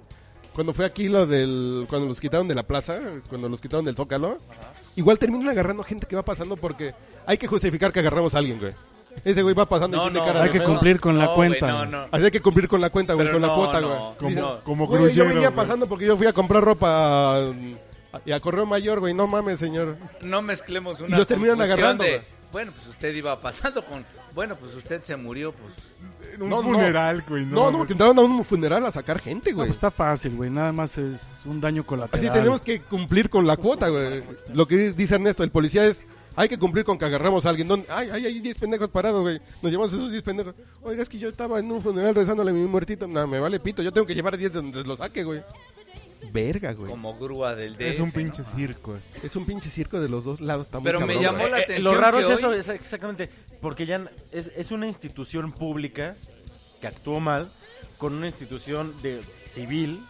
C: Cuando fue aquí lo del... Cuando los quitaron de la plaza, cuando los quitaron del Zócalo, igual terminan agarrando gente que va pasando porque hay que justificar que agarramos a alguien, güey. Ese güey va pasando y
E: No,
C: tiene
E: no,
C: cara
F: Hay
C: de
F: que
C: pedo.
F: cumplir con la
E: no, güey,
F: cuenta.
E: no,
F: güey.
E: no.
C: Así hay que cumplir con la cuenta, güey,
E: Pero
C: con la
E: no,
C: cuota,
E: no,
C: güey.
E: como-
C: Dicen,
B: como
C: "Güey, Yo
B: grullero,
C: venía
B: güey".
C: pasando porque yo fui a comprar ropa a- y a Correo Mayor, güey. No mames, señor.
E: No mezclemos una
C: Y los terminan
E: confusión
C: agarrando,
E: de,
C: güey.
E: Bueno, pues usted iba pasando con... Bueno, pues usted se murió, pues...
B: En un
C: No, no.
B: funeral, güey.
C: No, no,
B: mames.
C: porque entraron a un funeral a sacar gente,
F: No,
C: güey.
F: pues está fácil, güey. Nada más es un daño colateral.
C: Así tenemos que cumplir con la cuota, güey. Lo que dice Ernesto, el policía es, hay que cumplir con que agarramos a alguien. ¿Dónde? Ay, ay, hay 10 pendejos parados, güey. Nos llevamos esos 10 pendejos. Oiga, es que yo estaba en un funeral rezándole a mi muertito. No, me vale pito, yo tengo que llevar a 10 de donde lo saque, güey. Verga, güey.
E: Como grúa del DF.
B: Es un
E: ¿no?
B: pinche circo esto.
C: Es un pinche circo de los dos lados, está muy
E: Pero me
C: cabrón,
E: llamó
C: güey.
E: la
D: Eh,
E: atención
D: lo raro
E: que
D: es eso,
E: hoy-
D: es exactamente, porque ya n- es, es una institución pública que actuó mal con una institución de civil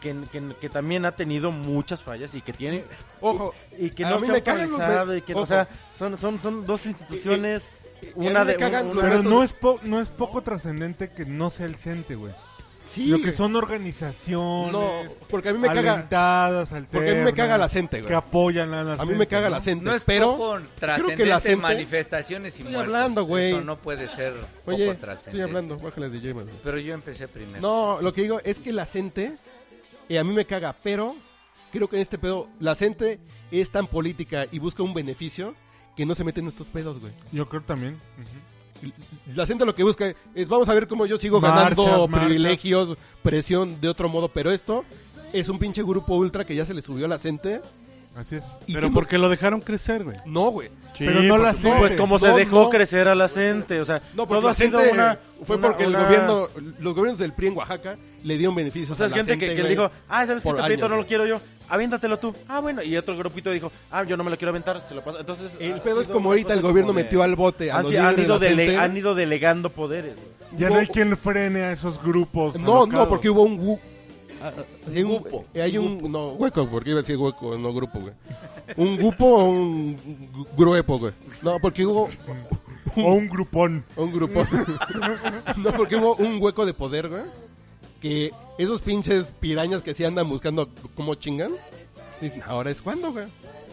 D: que, que- que también ha tenido muchas fallas y que tiene
C: Ojo,
D: y que
C: a
D: no
C: mí
D: se
C: me
D: han
C: cagan los
D: paralizado
C: me-
D: y que
C: ojo.
D: o sea son son son dos instituciones
C: y a mí
D: una de
C: me
D: un-
C: cagan
D: una-
C: los-
B: Pero
C: esto-
B: no es, po- no es poco trascendente que no sea el CENTE, güey.
C: sí.
B: Lo que son organizaciones.
C: No, porque a mí me caga...
B: alentadas,
C: Porque a mí me
B: alternas,
C: caga la gente, güey.
B: Que apoyan a la
C: A mí me caga la gente,
E: No es
C: pero
E: poco
C: creo que la
E: trascendente
C: gente...
E: manifestaciones y
C: Estoy
E: muertos.
C: hablando, güey.
E: Eso no puede ser
C: Oye,
E: poco
C: estoy
E: trascendente.
C: hablando, bájale de James, güey.
E: Pero yo empecé primero.
C: No, lo que digo es que la gente, eh, a mí me caga, pero creo que en este pedo, la gente es tan política y busca un beneficio que no se mete en estos pedos, güey.
B: Yo creo también.
C: La gente lo que busca es, vamos a ver cómo yo sigo
B: Marchas,
C: ganando
B: marchas.
C: privilegios, presión de otro modo, pero esto es un pinche grupo ultra que ya se le subió a la gente.
B: Así es.
C: y
F: Pero
C: que
F: porque lo dejaron crecer, güey.
C: no- No, güey.
B: Pero no
F: por
B: la
F: supuesto.
B: gente.
D: pues como se
C: No,
D: dejó
C: no.
D: crecer a la gente, o sea,
C: No, porque
D: todo
C: la
D: ha sido
C: gente
D: una
C: fue
D: una-
C: porque
D: una-
C: el gobierno, los gobiernos del PRI en Oaxaca le dieron beneficios
D: O sea,
C: a
D: es
C: la
D: gente que, que le
C: güey.
D: dijo, ah, ¿sabes que
C: por
D: Este pleito
C: años,
D: no lo
C: güey.
D: quiero yo. Aviéntatelo tú. Ah, bueno. Y otro grupito dijo, ah, yo no me lo quiero aventar. Se lo pasa. Entonces.
C: El
D: ha
C: pedo es
D: sido
C: como
D: una
C: ahorita el
D: cosa
C: gobierno
D: como de-
C: metió al bote a
D: Han,
C: los
D: si- han
C: líderes de
D: ido
C: la
D: dele-
C: gente.
D: han ido delegando poderes. güey.
B: Ya no hay quien frene a esos grupos.
C: No, no,
B: alocados.
C: porque hubo un gu- ah, ah, sí, un
E: grupo.
C: eh, Hay un no, hueco, porque iba a decir hueco, no grupo, güey. Un grupo o un gu- gruepo, güey. No, porque hubo
B: O un grupón.
C: un grupo. no, porque hubo un hueco de poder, güey. Que esos pinches pirañas que sí andan buscando cómo chingan. dicen, Ahora es cuando, güey.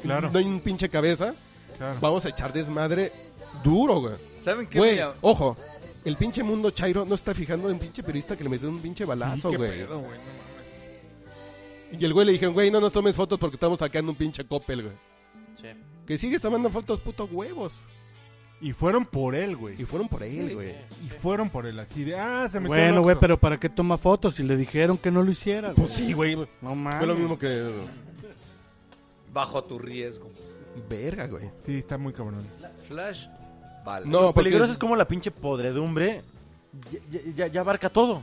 B: Claro.
C: No hay un pinche cabeza.
B: Claro.
C: Vamos a echar desmadre duro, güey.
E: ¿Saben qué?
C: Güey,
E: Mira,
C: ojo. El pinche mundo Chairo no está fijando en pinche periodista que le metió un pinche balazo,
B: Sí, qué
C: güey.
B: pedo, güey, no mames.
C: Y el güey le dijeron, güey, no nos tomes fotos porque estamos sacando un pinche copel, güey. Que sigues tomando fotos, puto huevos.
B: Y fueron por él,
C: Y
B: güey.
C: fueron por él, güey.
B: Y fueron por él, así de, ah, se metió al
F: Bueno,
B: Oxxo.
F: güey, pero ¿para qué toma fotos si le dijeron que no lo hiciera? güey?
C: Pues sí, güey. Fue
F: no mames.
C: lo mismo que...
E: bajo tu riesgo.
C: Verga, güey.
B: Sí, está muy cabrón.
E: Flash, vale.
C: No, porque...
D: Peligroso es como la pinche podredumbre. Ya, ya- ya- ya abarca todo.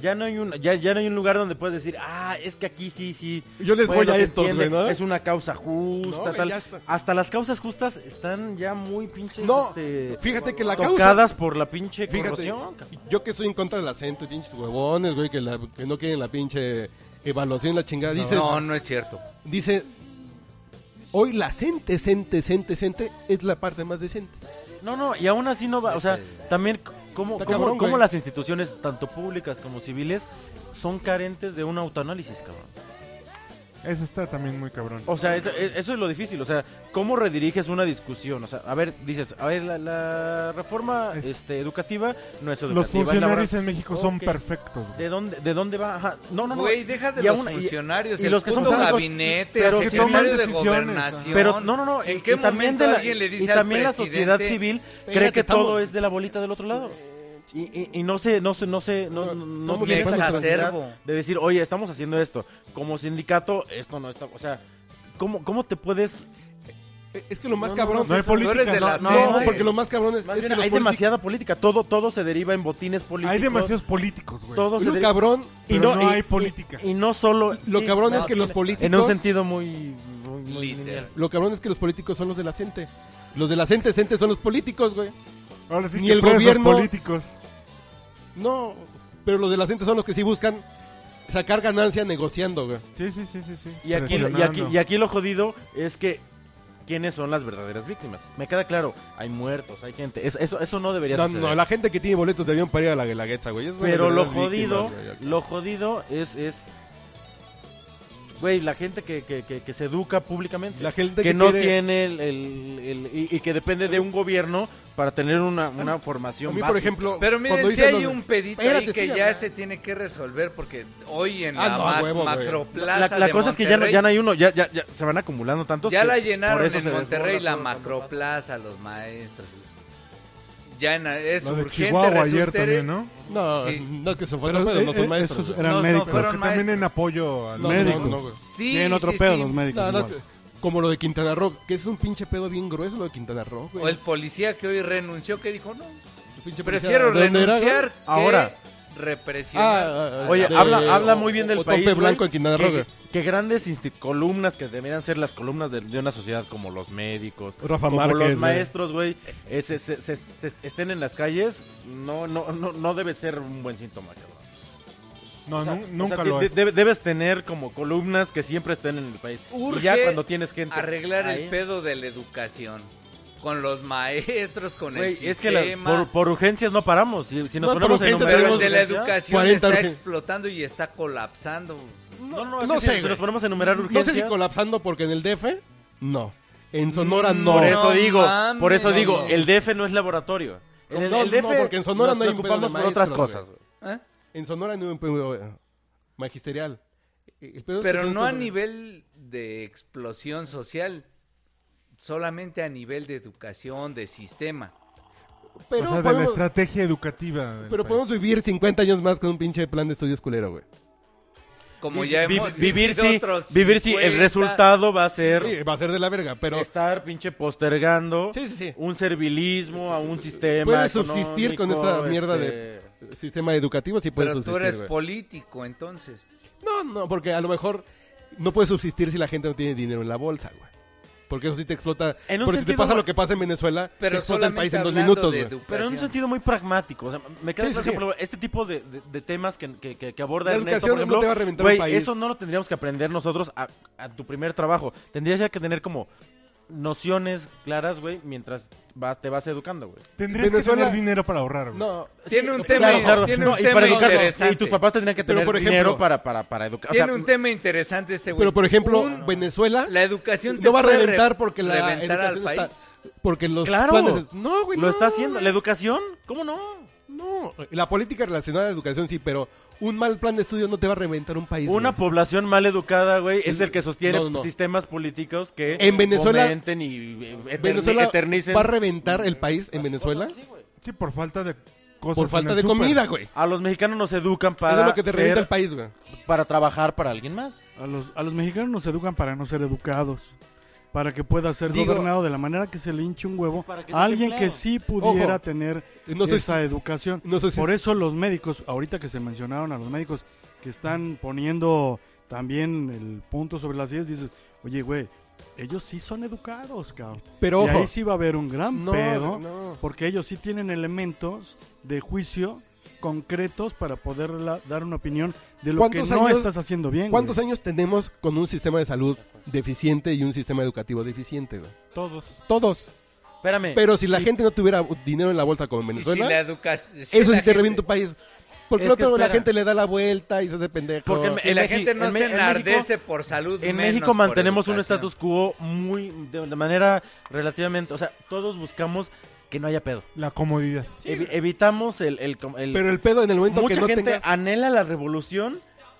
D: Ya no, hay un, ya, ya no hay un lugar donde puedes decir, ah, es que aquí sí, sí.
C: Yo les voy a
D: se
C: estos,
D: entiende,
C: güey, ¿no?
D: Es una causa justa,
C: No, güey,
D: tal.
C: ya está.
D: Hasta las causas justas están ya muy pinches.
C: No,
D: este,
C: fíjate que la causa...
D: tocadas por la pinche
C: Fíjate,
D: corrupción. cabrón.
C: yo que soy en contra de la gente, pinches huevones, güey, que, la- que no quieren la pinche evaluación, la chingada. Dices,
E: no, no es cierto.
C: dice, hoy la gente, gente, gente, gente, es la parte más decente.
D: No, no, y aún así no va, o sea, también c- cómo,
C: Está
D: cómo-
C: cabrón,
D: cómo
C: güey.
D: las instituciones, tanto públicas como civiles, son carentes de un autoanálisis, cabrón.
B: Eso está también muy cabrón.
D: O sea, eso, e- eso es lo difícil. O sea, ¿cómo rediriges una discusión? O sea, a ver, dices, a ver, la, la reforma
B: Es-
D: este, educativa no es educativa.
B: Los
D: es
B: funcionarios
D: laboral.
B: en México son
D: Ok.
B: perfectos. güey.
D: ¿De dónde, ¿De dónde va? Ajá. No, no, no.
E: Güey, deja de
D: Y
E: los
D: aún- y-
E: funcionarios,
D: y
E: el
D: los que son
E: puto
D: blancos,
E: gabinete,
D: pero
E: el
D: que
E: secretario
B: toman
E: de
B: decisiones,
E: gobernación.
D: Pero no, no, no.
E: ¿En
D: y-
E: qué
D: y también
E: momento
D: de la,
E: alguien le dice
D: y
E: al
D: también la sociedad
E: presidente,
D: civil cree
C: "Espérate,
D: que
C: estamos-
D: todo es de la bolita del otro lado. Y, y- y no se, no se, no se, no, no, no
C: Estamos
D: tiene
C: bien
D: esa capacidad
E: exacerbo.
D: de decir, oye, estamos haciendo esto. Como sindicato, esto no está, o sea, ¿cómo, cómo te puedes?
C: Es que lo más
D: No, no,
C: cabrón.
B: No hay
C: es-
E: Tú
B: política.
E: eres de
D: No,
E: la
D: no,
E: sede.
C: No, porque lo más cabrón es,
D: Más
C: es
D: bien,
C: que los
D: hay
C: políticos.
D: demasiada política. Todo, todo se deriva en botines políticos.
B: Hay demasiados políticos, güey.
D: Todo se
C: Lo
D: deriva.
C: cabrón,
B: pero no hay política.
D: Y, no solo.
C: lo
D: sí,
C: cabrón
D: no,
C: es que los
D: tiene-
C: políticos.
D: En un sentido muy. muy, muy
E: Literal.
D: lineal.
C: Lo cabrón es que los políticos son los de la gente. Los de la gente, gente son los políticos, güey.
B: Ahora sí
C: ni
B: que
C: el
B: puedes los
C: gobierno-
B: políticos.
C: No, pero los de la gente son los que sí buscan sacar ganancia negociando, güey.
B: Sí, sí, sí, sí. sí.
D: Y aquí, y, aquí,
B: Presionando.
D: y aquí lo jodido es que quiénes son las verdaderas víctimas. Me queda claro, hay muertos, hay gente. Es- eso, eso no debería
C: No,
D: suceder.
C: no, la gente que tiene boletos de avión para ir a la Guelaguetza, güey. esas son
D: Pero
C: las
D: lo
C: verdaderas
D: jodido,
C: víctimas, güey.
D: lo jodido es, es güey, la gente que, que, que, que se educa públicamente.
C: La gente
D: que,
C: que
D: no
C: quiere-
D: tiene el, el- el- y, y que depende de un gobierno para tener una, una formación
C: A mí, por
D: básica.
C: ejemplo,
E: Pero miren,
C: cuando
E: si
C: dicen
E: hay
C: los-
E: un pedito
C: Espérate,
E: ahí que
C: sigue
E: ya
C: hablando.
E: se tiene que resolver porque hoy en
C: Ah,
E: la
C: no,
E: ma-
C: huevo, güey.
D: la,
E: macroplaza
D: la
E: de
D: cosa es que ya no,
E: Monterrey-
D: ya no hay uno, ya, ya, ya se van acumulando tantos.
E: Ya
D: que
E: la
D: por
E: llenaron
D: eso
E: en
D: se
E: Monterrey
D: desborda
E: la
D: todo cuando pasa.
E: macroplaza, los maestros. Ya en- es
B: Lo de
E: urgente
B: Chihuahua ayer
E: resulta-
B: también, ¿no?
C: No,
E: Sí.
C: no es que son
F: Pero,
C: fenómenos,
F: eh,
C: no
F: eh,
C: son maestros.
F: esos
C: güey.
F: eran
E: No, no,
F: médicos.
B: Pero
E: fueron
B: que también
E: maestros.
B: en apoyo al...
C: No,
F: médicos.
C: no, no, güey.
E: Sí,
F: Tienen otro
E: sí,
F: pedo
E: sí.
F: los médicos.
C: No, no,
F: igual.
C: como lo de Quintana Roo, que es un pinche pedo bien grueso lo de Quintana Roo, güey.
E: O el policía que hoy renunció que dijo, no,
C: El pinche policía.
E: prefiero
C: ¿De dónde era,
E: renunciar que
D: Ahora.
E: represionar.
C: Ah, ah,
D: Oye,
C: de-
D: habla, habla muy bien
C: o-
D: del
C: o
D: país.
C: Tope
D: güey,
C: blanco en Quintana Roo,
D: que,
C: güey.
D: que grandes insti- columnas que deberían ser las columnas de, de una sociedad como los médicos,
C: Rafa
D: como
C: Márquez,
D: los
C: güey.
D: maestros, güey, eh, se- se- se- se- estén en las calles, no, no, no, no debe ser un buen síntoma, cabrón.
B: No,
D: O sea,
B: nu-
D: o
B: nunca
D: sea,
B: lo
D: de-
B: es.
D: de- Debes tener como columnas que siempre estén en el país.
E: Urge
D: y ya cuando tienes gente.
E: Arreglar
D: ahí,
E: el pedo de la educación. Con los maestros, con
D: güey,
E: el sistema.
D: es que la- por, por urgencias no paramos. Si, si nos
C: No, por
D: ponemos en
C: urgencias
D: enumerar
E: Pero el
C: tenemos
E: de la
D: urgencias-
E: educación
C: 40
E: está
C: urgen-
E: explotando y está colapsando.
D: No, no, es
C: No
D: que
C: sé,
D: si, si
C: güey.
D: nos ponemos a enumerar
C: No
D: urgencias.
C: sé si colapsando porque en el DF, no. En Sonora,
E: Mm,
C: no.
D: Por eso
E: No
D: digo,
E: mames.
D: por eso
E: No,
D: digo,
E: no.
D: el DF no es laboratorio. En el,
C: No,
D: el DF
C: no, porque en Sonora
D: nos
C: no hay un
D: preocupamos
C: pedo de
D: por otras
C: maestros,
D: cosas.
C: güey.
E: ¿eh?
C: En Sonora no hay un pedo eh, magisterial. E, El pedo es que
E: Pero
C: son
E: no a
C: sobre-
E: nivel de explosión social. Solamente a nivel de educación, de sistema.
C: Pero,
B: o sea, de la
C: podemos,
B: estrategia educativa. del
C: pero
B: país.
C: podemos vivir 50 años más con un pinche plan de estudios culero, güey.
E: Como ya
D: Vi-
E: hemos
D: vivir
E: vivido
D: si,
E: otros
D: vivir si
E: 50.
D: el resultado va a
C: Sí,
D: ser
C: va a ser de la verga, pero...
E: Este-
D: estar pinche postergando
C: Sí, sí, sí.
D: un servilismo a un sistema.
C: Puedes subsistir con esta
D: económico,
C: mierda
D: este,
C: de sistema educativo, sí puedes
E: Pero tú
C: subsistir,
E: eres
C: güey.
E: político, entonces.
C: No, no, porque a lo mejor no puedes subsistir si la gente no tiene dinero en la bolsa, güey. Porque eso sí te explota.
D: En un
C: Porque si te
D: sentido,
C: pasa
D: güey.
C: lo que pasa en Venezuela, te
E: Pero
C: explota el
E: solamente
C: país en dos
E: hablando
C: minutos,
E: de
C: güey.
E: educación.
D: Pero en un sentido muy pragmático. O sea, me queda claro,
C: Sí, sí,
D: por
C: sí.
D: ejemplo, este tipo de, de- de temas que, que, que- que aborda
C: La
D: Ernesto,
C: educación
D: por
C: no
D: ejemplo,
C: te va a reventar
D: güey,
C: un país.
D: Eso no lo tendríamos que aprender nosotros a, a tu primer trabajo. Tendrías ya que tener como nociones claras, güey, mientras va- te vas educando, güey.
B: Tendrías
C: Venezuela-
B: que tener dinero para ahorrar, güey.
C: No,
E: Tiene un
D: Claro,
E: tema,
D: claro.
E: tiene
D: No,
E: un
D: y
E: tema
D: para educar-
E: interesante.
D: Y tus papás tendrían que
C: Pero,
D: tener
C: por ejemplo,
D: dinero para, para, para educar. O sea,
E: Tiene un tema interesante ese güey.
C: pero por ejemplo,
E: Un-
C: Venezuela
E: la educación te
C: no va a
E: puede re-
C: reventar porque la
E: reventar al
C: educación está-
E: país.
C: Porque los
D: Claro.
C: planes... No, güey,
D: lo
C: no,
D: está haciendo.
C: güey,
D: ¿La educación? ¿Cómo no?
C: No, la política relacionada a la educación sí, pero un mal plan de estudio no te va a reventar un país,
D: Una
C: güey.
D: población mal educada, güey, es el que sostiene
C: No, no.
D: sistemas políticos que
C: En Venezuela-
D: fomenten y eh, eterni-
C: Venezuela
D: eternicen
C: va a reventar el país en Venezuela
B: Sí, por falta de cosas.
C: por
B: en
C: falta
B: el
C: de
B: súper.
C: comida, güey.
D: A los mexicanos nos educan
C: Eso es
D: para
C: lo que te
D: ser-
C: revienta el país, güey.
D: para trabajar para alguien más.
F: A los, a los mexicanos nos educan para no ser educados. Para que pueda ser
C: Digo-
F: gobernado de la manera que se le hinche un huevo
D: Para que
F: a
D: seas
F: alguien
D: empleado.
F: que sí pudiera
C: Ojo,
F: tener
C: no sé
F: esa educación.
C: no sé si-
F: Por eso los médicos, ahorita que se mencionaron a los médicos que están poniendo también el punto sobre las ideas, dices, oye, güey, ellos sí son educados, cabrón.
C: Pero
F: y
C: ojo.
F: ahí sí va a haber un gran
C: No,
F: pedo,
C: no.
F: porque ellos sí tienen elementos de juicio concretos para poder la- dar una opinión de lo que
C: ¿Cuántos
F: no
C: años-
F: estás haciendo bien.
C: ¿Cuántos
F: güey.
C: años tenemos con un sistema de salud deficiente y un sistema educativo deficiente, güey?
B: Todos.
C: Todos.
D: Espérame.
C: Pero si la gente no tuviera dinero en la bolsa como en
E: Y si la
C: Venezuela,
E: educación...
C: eso sí te revienta un país. Porque
D: Es
C: no
D: que
C: todo la
D: espera.
C: gente le da la vuelta y se hace pendejo.
D: Porque me-
E: Si la
D: Mexi-
E: gente no
D: en
E: se
D: Me- en
E: enardece
D: México-
E: por salud.
D: En
E: menos
D: México
E: por
D: mantenemos un
E: educación.
D: status quo muy de una manera relativamente, o sea, todos buscamos que no haya pedo.
B: La comodidad.
D: Evi- evitamos el, el, el-
C: Pero el pedo en el momento
D: mucha
C: que no
D: gente
C: tengas...
D: anhela la revolución,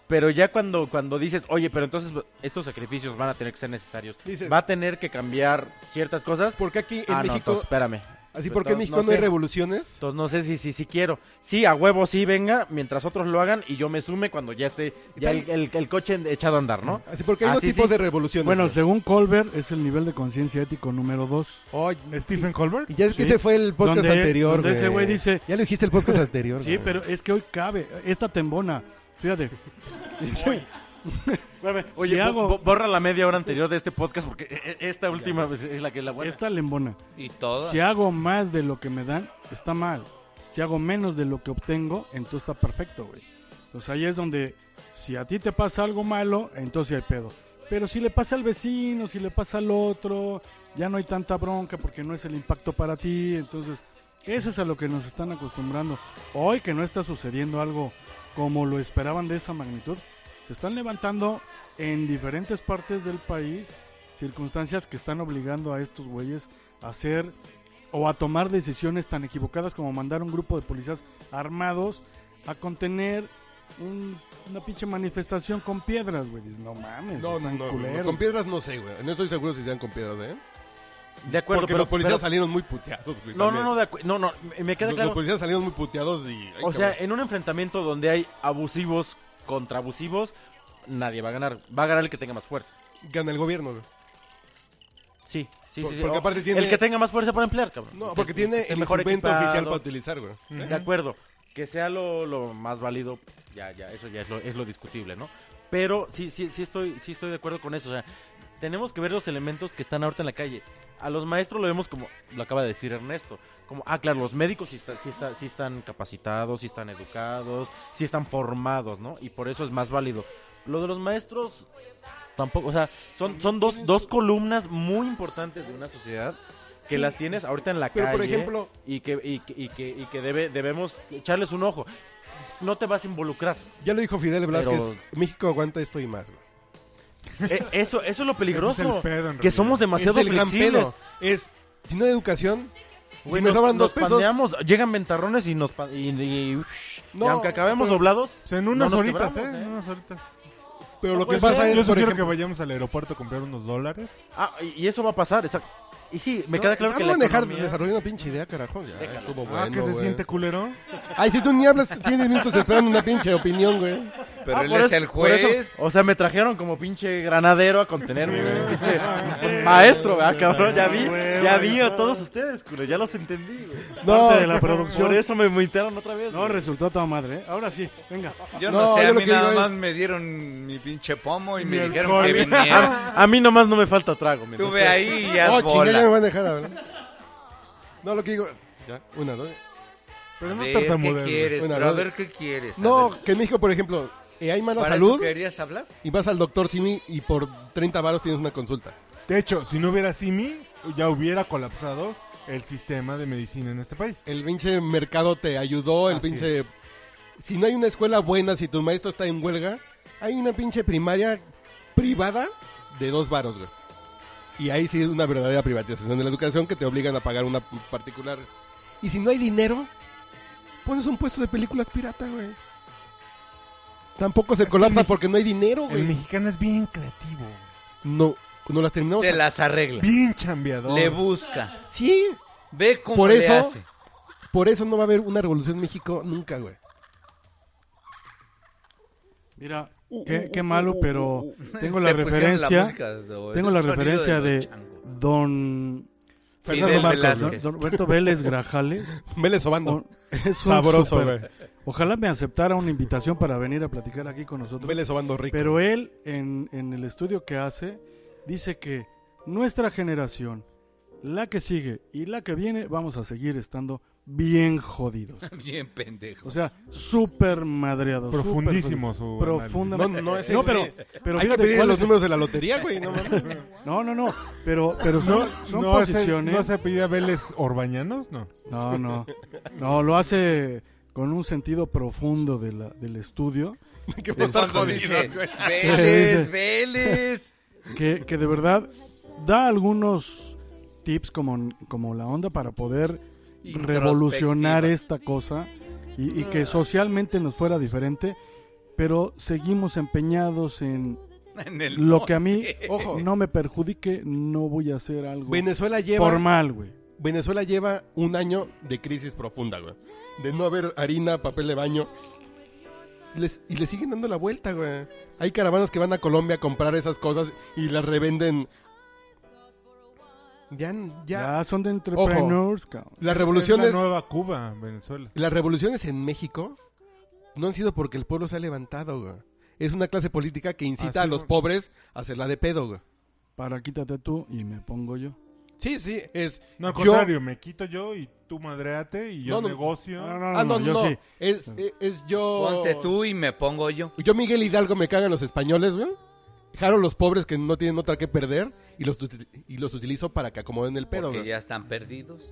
D: pero ya cuando cuando dices, "Oye, pero entonces estos sacrificios van a tener que ser necesarios.
C: Dices-
D: Va a tener que cambiar ciertas cosas."
C: Porque aquí en
D: ah, no,
C: México...
D: entonces, espérame.
C: así porque en
D: entonces,
C: México
D: no
C: no, hay
D: sé.
C: revoluciones.
D: Entonces no sé si si si quiero. Sí, a huevo sí venga, mientras otros lo hagan y yo me sume cuando ya esté ya el, el- el coche echado a andar, ¿no?
C: Así porque hay
D: Ah,
C: dos
D: sí,
C: tipos
D: sí.
C: de revoluciones.
F: Bueno,
C: güey.
F: según Colbert, es el nivel de conciencia ético número 2.
C: Ay,
B: Stephen Colbert.
C: y ya es que
F: Sí.
C: ese fue el podcast
F: Donde-
C: anterior,
F: donde ese güey dice-
C: Ya lo dijiste el podcast anterior,
F: Sí,
C: güey.
F: pero es que hoy cabe. Esta tembona. Fíjate.
D: Oye,
F: Si
D: bo-
F: hago-
D: bo- borra la media hora anterior de este podcast porque e- e- esta última pues, es la que es la buena.
F: Esta lembona.
E: Y todo.
F: Si hago más de lo que me dan, está mal. Si hago menos de lo que obtengo, entonces está perfecto, güey. Entonces ahí es donde, si a ti te pasa algo malo, entonces sí hay pedo. Pero si le pasa al vecino, si le pasa al otro, ya no hay tanta bronca porque no es el impacto para ti. Entonces, eso es a lo que nos están acostumbrando. Hoy que no está sucediendo algo como lo esperaban de esa magnitud, se están levantando en diferentes partes del país circunstancias que están obligando a estos güeyes a hacer o a tomar decisiones tan equivocadas como mandar un grupo de policías armados a contener un- una pinche manifestación con piedras, güey. Dices, no mames,
C: No, no,
F: están
C: no, no,
F: culeros.
C: Con piedras no sé, güey. No estoy seguro si sean con piedras, ¿eh?
D: De acuerdo,
C: porque
D: pero,
C: los policías
D: pero-
C: salieron muy puteados, güey.
D: No, no,
C: también.
D: no, de acu- no, no, me- me queda
C: Los, los
D: claro.
C: policías salieron muy puteados y... ay,
D: O sea,
C: cabrón.
D: en un enfrentamiento donde hay abusivos contra abusivos, nadie va a ganar. Va a ganar el que tenga más fuerza.
C: gana el gobierno, güey.
D: Sí, sí,
C: Por-
D: sí. sí.
C: porque
D: O-
C: aparte tiene-
D: El que tenga más fuerza para emplear, cabrón.
C: No,
D: Que-
C: porque
D: que
C: tiene
D: esté
C: el
D: mejor
C: instrumento oficial
D: equipado.
C: para utilizar, güey. ¿eh?
D: De acuerdo. Que sea lo, lo más válido, ya, ya, eso ya es lo, es lo discutible, ¿no? Pero sí, sí, sí estoy, sí estoy de acuerdo con eso. O sea, tenemos que ver los elementos que están ahorita en la calle. A los maestros lo vemos como, lo acaba de decir Ernesto, como, ah, claro, los médicos sí, está- sí está- sí están capacitados, sí están educados, sí están formados, ¿no? Y por eso es más válido. Lo de los maestros, tampoco, o sea, son, son dos, dos columnas muy importantes de una sociedad que
C: Sí.
D: las tienes ahorita en la
C: Pero, por
D: calle
C: ejemplo-
D: y que, y, que- y que, y que debe, debemos echarles un ojo. No te vas a involucrar.
C: Ya lo dijo Fidel Velázquez.
D: Pero-
C: México aguanta esto y más, güey.
D: Eh, eso, eso es lo
B: Ese es
D: peligroso.
B: el pedo, en
D: que
B: realidad.
D: somos demasiado
C: es el gran
D: flexibles.
C: pedo. Es, si no hay educación,
D: Güey,
C: si me
D: nos-
C: sobran dos
D: nos
C: pesos,
D: pandeamos, llegan ventarrones y nos pa- y, y- y
C: No,
D: aunque acabemos
C: pero-
D: doblados,
B: Pues en unas
D: No nos
B: horitas,
D: quebramos,
B: ¿eh?
D: ¿eh?
B: En unas horitas.
C: pero lo que
D: Pues,
C: pasa
D: eh,
C: es,
B: Yo
C: por
B: sugiero que
C: ejemplo,
B: vayamos al aeropuerto a comprar unos dólares.
D: ah, y, y eso va a pasar, exacto. Y sí, me queda claro
C: Ah,
D: que
C: no
D: la
C: van a dejar de
D: economía-
C: desarrollar una pinche idea, carajo. Ya, estuvo
B: ah,
C: bueno,
B: que se
C: güey.
B: siente culero.
C: Ay, si tú ni hablas, tienes minutos esperando una pinche opinión, güey.
E: Pero
D: Ah,
E: él
D: por
E: es
D: eso-
E: el
D: por eso-
E: juez.
D: o sea, me trajeron como pinche granadero a contenerme, güey, pinche maestro, ¿verdad, cabrón? Ya
C: Ah,
D: vi, ya vi a todos ustedes, culo, ya los entendí, güey.
C: No,
F: Parte de la producción.
D: Por eso me muitearon otra vez.
F: No,
D: güey.
F: resultó a toda madre, ¿eh? Ahora sí, venga.
E: Yo no,
C: No,
E: sé,
C: yo
E: a
C: lo
E: mí
C: que
E: nada
C: digo
E: más
C: es-
E: me dieron mi pinche pomo y
B: Mi
E: me dijeron
B: alcohol.
E: que viniera.
D: A mí nomás no me falta trago, mira.
E: Estuve ahí y ya
C: no,
E: es
C: Oh, chinga, ya
E: bola.
C: me van a dejar hablar. No, lo que digo... Ya, una, dos...
B: Pero
E: A
B: no
E: ver, ¿qué
B: tartamudeen.
E: quieres?
C: Una,
E: Pero a
C: dos.
E: ver, ¿qué quieres? A
C: No,
E: ver,
C: que en México, por ejemplo, eh, hay mala
E: ¿para
C: salud
E: eso querías hablar?
C: y vas al doctor Simi y por 30 varos tienes una consulta.
B: De hecho, si no hubiera Simi, ya hubiera colapsado el sistema de medicina en este país.
C: El pinche mercado te ayudó, el
B: Así
C: pinche...
B: es.
C: Si no hay una escuela buena, si tu maestro está en huelga, hay una pinche primaria privada de dos varos, güey. Y ahí sí es una verdadera privatización de la educación que te obligan a pagar una particular. Y si no hay dinero, pones un puesto de películas pirata, güey. Tampoco se colapsa
B: Mex-
C: porque no hay dinero,
B: El
C: güey.
B: mexicano es bien creativo.
C: No, no las terminamos.
E: Se
C: a-
E: las arregla.
B: Bien chambeador.
E: Le busca.
C: Sí,
E: Ve cómo
C: Por
E: le
C: eso-
E: hace.
C: Por eso no va a haber una revolución en México nunca, güey.
F: Mira, qué, qué malo, pero tengo la
E: Te pusieron
F: referencia.
E: música de-
F: tengo la
E: el sonido
F: referencia
E: los
F: de
E: changos.
F: don,
E: Fidel
C: Fernando Marcos,
E: Velázquez.
F: don Roberto Vélez Grajales.
C: Vele sobando.
F: O- es un
C: Sabroso,
F: super-
C: güey.
F: Ojalá me aceptara una invitación para venir a platicar aquí con nosotros.
C: Vele sobando rico.
F: Pero él, en, en el estudio que hace, dice que nuestra generación, la que sigue y la que viene, vamos a seguir estando bien jodidos.
E: Bien pendejo.
F: O sea, súper madreados. súper
B: Profundísimo
F: jodidos.
B: su
C: No,
F: Profundamente.
C: no, ese
F: No, pero,
C: güey-
F: pero
C: Hay que
F: fíjate
C: pedir
F: cuál
C: los
F: es-
C: números de la lotería, güey. No, mames.
F: No, no, no. Pero, pero son,
B: No,
F: son
B: no, se,
F: posiciones.
B: ¿No se apellida Vélez Orbañanos? No.
F: No, no. No, lo hace con un sentido profundo de la- del estudio,
C: que no están
E: Cuando dice,
C: jodidos, güey.
E: Vélez, Vélez.
F: que, que de verdad da algunos tips como, como la onda para poder revolucionar esta cosa y, y que socialmente nos fuera diferente, pero seguimos empeñados en
E: En el
F: lo que a mí
C: Ojo.
F: no me perjudique, no voy a hacer algo
C: Venezuela lleva,
F: formal, güey.
C: Venezuela lleva un año de crisis profunda, güey. De no haber harina, papel de baño. Les- y le siguen dando la vuelta, güey. Hay caravanas que van a Colombia a comprar esas cosas y las revenden. Ya, ya.
F: Ya, son de entrepreneurs, cabrón.
C: Las
B: Es
C: revoluciones,
B: la nueva Cuba, Venezuela.
C: las revoluciones en México no han sido porque el pueblo se ha levantado, güey. Es una clase política que incita
B: Así
C: a los
B: fue.
C: pobres a hacerla de pedo, güey.
F: Para quítate tú y me pongo yo.
C: Sí, sí, es...
B: No, al
C: yo-
B: contrario, me quito yo y tú madreate y yo
C: No, no.
B: negocio.
C: Ah, no, no,
F: yo
C: no.
F: sí.
C: Es, es, es yo...
E: Ponte tú y me pongo yo.
C: Yo Miguel Hidalgo me cagan los españoles, güey. Jaro los pobres que no tienen otra que perder y los, util- y los utilizo para que acomoden el pedo,
E: Porque
C: güey.
E: ya están perdidos.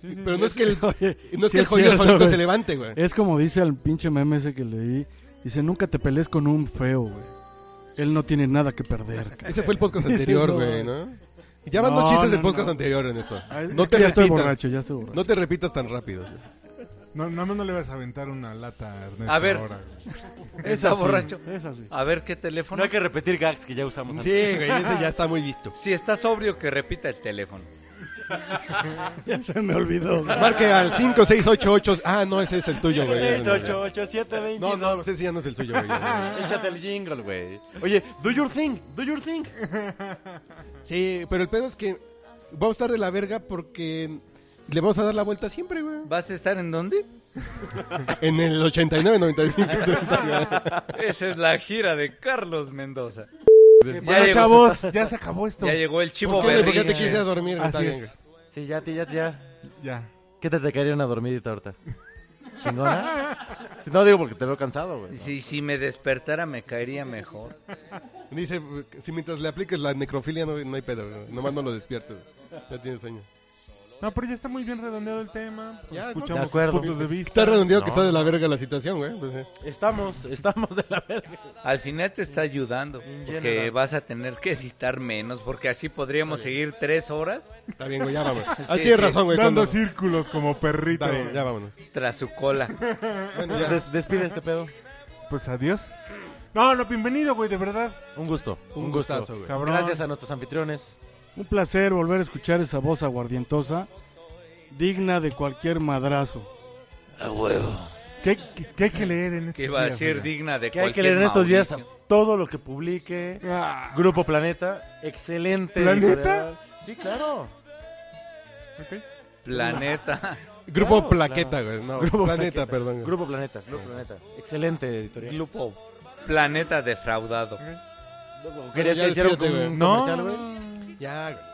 B: Sí, sí.
C: Pero no es que el,
F: Oye,
C: no es
F: sí
C: que el jodido
F: cierto,
C: solito
F: güey.
C: se levante, güey.
F: Es como dice al pinche meme ese que leí. Dice, nunca te pelees con un feo, güey. Él no tiene nada que perder. ca-".
C: Ese fue el podcast
F: Sí, sí,
C: anterior,
F: no.
C: güey, ¿no? Ya van
F: No,
C: dos chistes
F: no,
C: del podcast
F: no.
C: anterior en eso.
F: Ah, es
C: No
F: que
C: te
F: ya estoy
C: repitas.
F: borracho, ya estoy borracho.
C: No te repitas tan rápido. güey.
B: No, nada más no le vas a aventar una lata a Ernesto.
E: A ver.
B: ahora, güey.
E: Está borracho.
F: Es así.
E: A ver qué
D: No
E: teléfono.
D: hay que repetir gags que ya usamos antes.
C: Sí, güey, ese ya está muy visto.
E: Si está sobrio, que repita el teléfono.
F: Ya se me olvidó. güey.
C: Marque al 5688. Ah, no, ese es el tuyo, güey.
D: 6, 8, 8, 7, 20.
C: No, no, ese ya no es el suyo, güey.
D: Échate el jingle, güey. Oye, do your thing, do your thing.
C: Sí, pero el pedo es que vamos a estar de la verga porque le vamos a dar la vuelta siempre, güey.
E: ¿Vas a estar en dónde?
C: En el 89, 95, 30, güey.
E: Esa es la gira de Carlos Mendoza.
B: Bueno,
E: llegó,
B: chavos, ya se acabó esto.
E: Ya llegó el chivo
C: ¿Por qué, güey? ¿Por qué te
E: berrinche.
C: quise a dormir? güey? Está
B: Así
C: bien,
B: es.
D: Sí, ya, ya, ya.
B: Ya.
D: ¿Qué te te caerían a dormidita ahorita? ¿Chingona? Si no, digo porque te veo cansado, güey.
E: Y Si, eh. si me despertara, me caería mejor.
C: güey. Dice, pues, si mientras le apliques la necrofilia no, no hay pedo, güey. Nomás no lo despiertes. güey. Ya tiene sueño.
B: No, pero ya está muy bien redondeado el tema.
C: Ya,
B: escuchamos
D: de acuerdo.
B: puntos de vista.
C: Está redondeado que
D: No.
C: está de la verga la situación, güey. Pues, eh.
D: Estamos, estamos de la verga.
E: Al final te está ayudando. Porque
D: general.
E: vas a tener que editar menos. Porque así podríamos seguir tres horas
C: Está bien, güey, ya vamos. Ah,
E: Sí,
C: tienes
E: sí.
C: razón, güey.
B: Dando
C: cuando-
B: círculos como perrito.
C: Está bien, ya vámonos.
E: tras su cola.
C: Bueno, ya.
D: Des- despide este pedo.
B: Pues adiós. No, no, bienvenido, güey, de verdad.
D: Un gusto.
C: Un, gustazo, güey.
B: Cabrón.
D: Gracias a nuestros anfitriones.
F: Un placer volver a escuchar esa voz aguardientosa. Digna de cualquier madrazo.
B: ¿Qué, qué, qué hay que leer en este
E: Que va a ser digna de
D: Que hay que
E: cualquier
D: leer en estos días
E: Mauricio.
D: todo lo que publique Grupo Planeta. Excelente.
B: ¿Planeta?
D: editorial. Sí, claro.
B: Ah,
E: Planeta.
C: Grupo
D: Claro,
C: Plaqueta,
D: claro.
C: güey. No,
D: Grupo
C: Planeta,
D: Plaqueta.
C: perdón. güey.
D: Grupo Planeta. Grupo Planeta. Excelente editorial.
E: Grupo. Planeta defraudado.
D: ¿Querías
C: ya
D: que hiciera un,
C: despídete, güey. pues,
D: un
B: No,
D: comercial,
B: no,
D: güey?
B: no,
C: Ya, güey.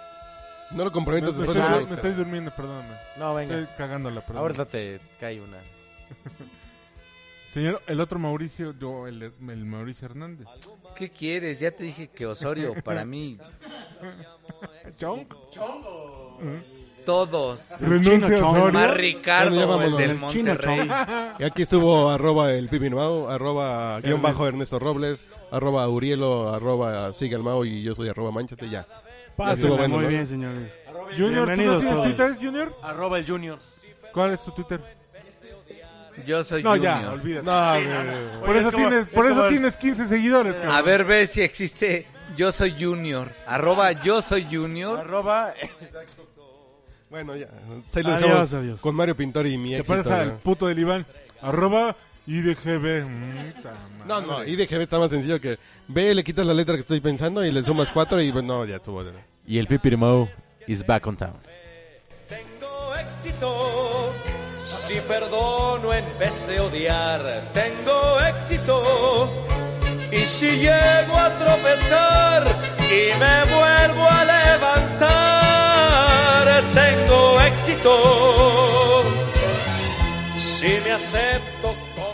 C: No lo comprometas
B: me,
C: después
B: estoy,
C: de la
B: me
C: mezcla.
B: estoy durmiendo, perdóname.
D: No, venga.
B: Estoy cagándola, perdón.
D: Ahorita te cae una.
B: Señor, el otro Mauricio, yo, el, el Mauricio Hernández.
E: ¿Qué quieres? Ya te dije que Osorio, para mí,
B: Chonk.
E: todos.
B: Renuncia
F: Chino, chonk.
B: Osorio.
E: Más Ricardo,
C: Bueno, ya
E: el
C: vámonos.
E: del
F: El chino
E: Monterrey.
C: Y aquí estuvo arroba el Pipi Mao, arroba guión bajo Ernesto Robles, arroba Urielo, arroba Sigue al Mao y yo soy arroba Manchate ya.
F: Pásenla
C: bueno,
F: muy
C: ¿no?
F: bien, señores.
B: Junior, ¿tú no
F: Bienvenidos
B: tienes
F: todos.
B: Twitter, Junior?
D: Arroba el Junior.
B: ¿Cuál es tu Twitter?
E: Yo soy
B: No, ya,
E: Junior.
B: olvídate.
C: No, güey.
B: Por eso, tienes, por eso tienes 15 seguidores, cabrón.
E: A ver, ve si existe Yo soy Junior. Arroba Yo soy Junior.
D: Arroba.
C: Bueno, ya. Ahí lo
F: Adiós,
C: dejamos
F: adiós.
C: Con Mario Pintor y mi
B: Te
C: éxito.
B: paras al
C: güey.
B: puto del Iván. Arroba IDGB. Mm, ta madre.
C: No, no, IDGB está más sencillo que ve, le quitas la letra que estoy pensando y le sumas cuatro y bueno, no, ya estuvo. güey.
D: Y el Pipirimau is back on town.
I: Tengo éxito si perdono en vez de odiar. Tengo éxito y si llego a tropezar y me vuelvo a levantar. Tengo éxito si me acepto como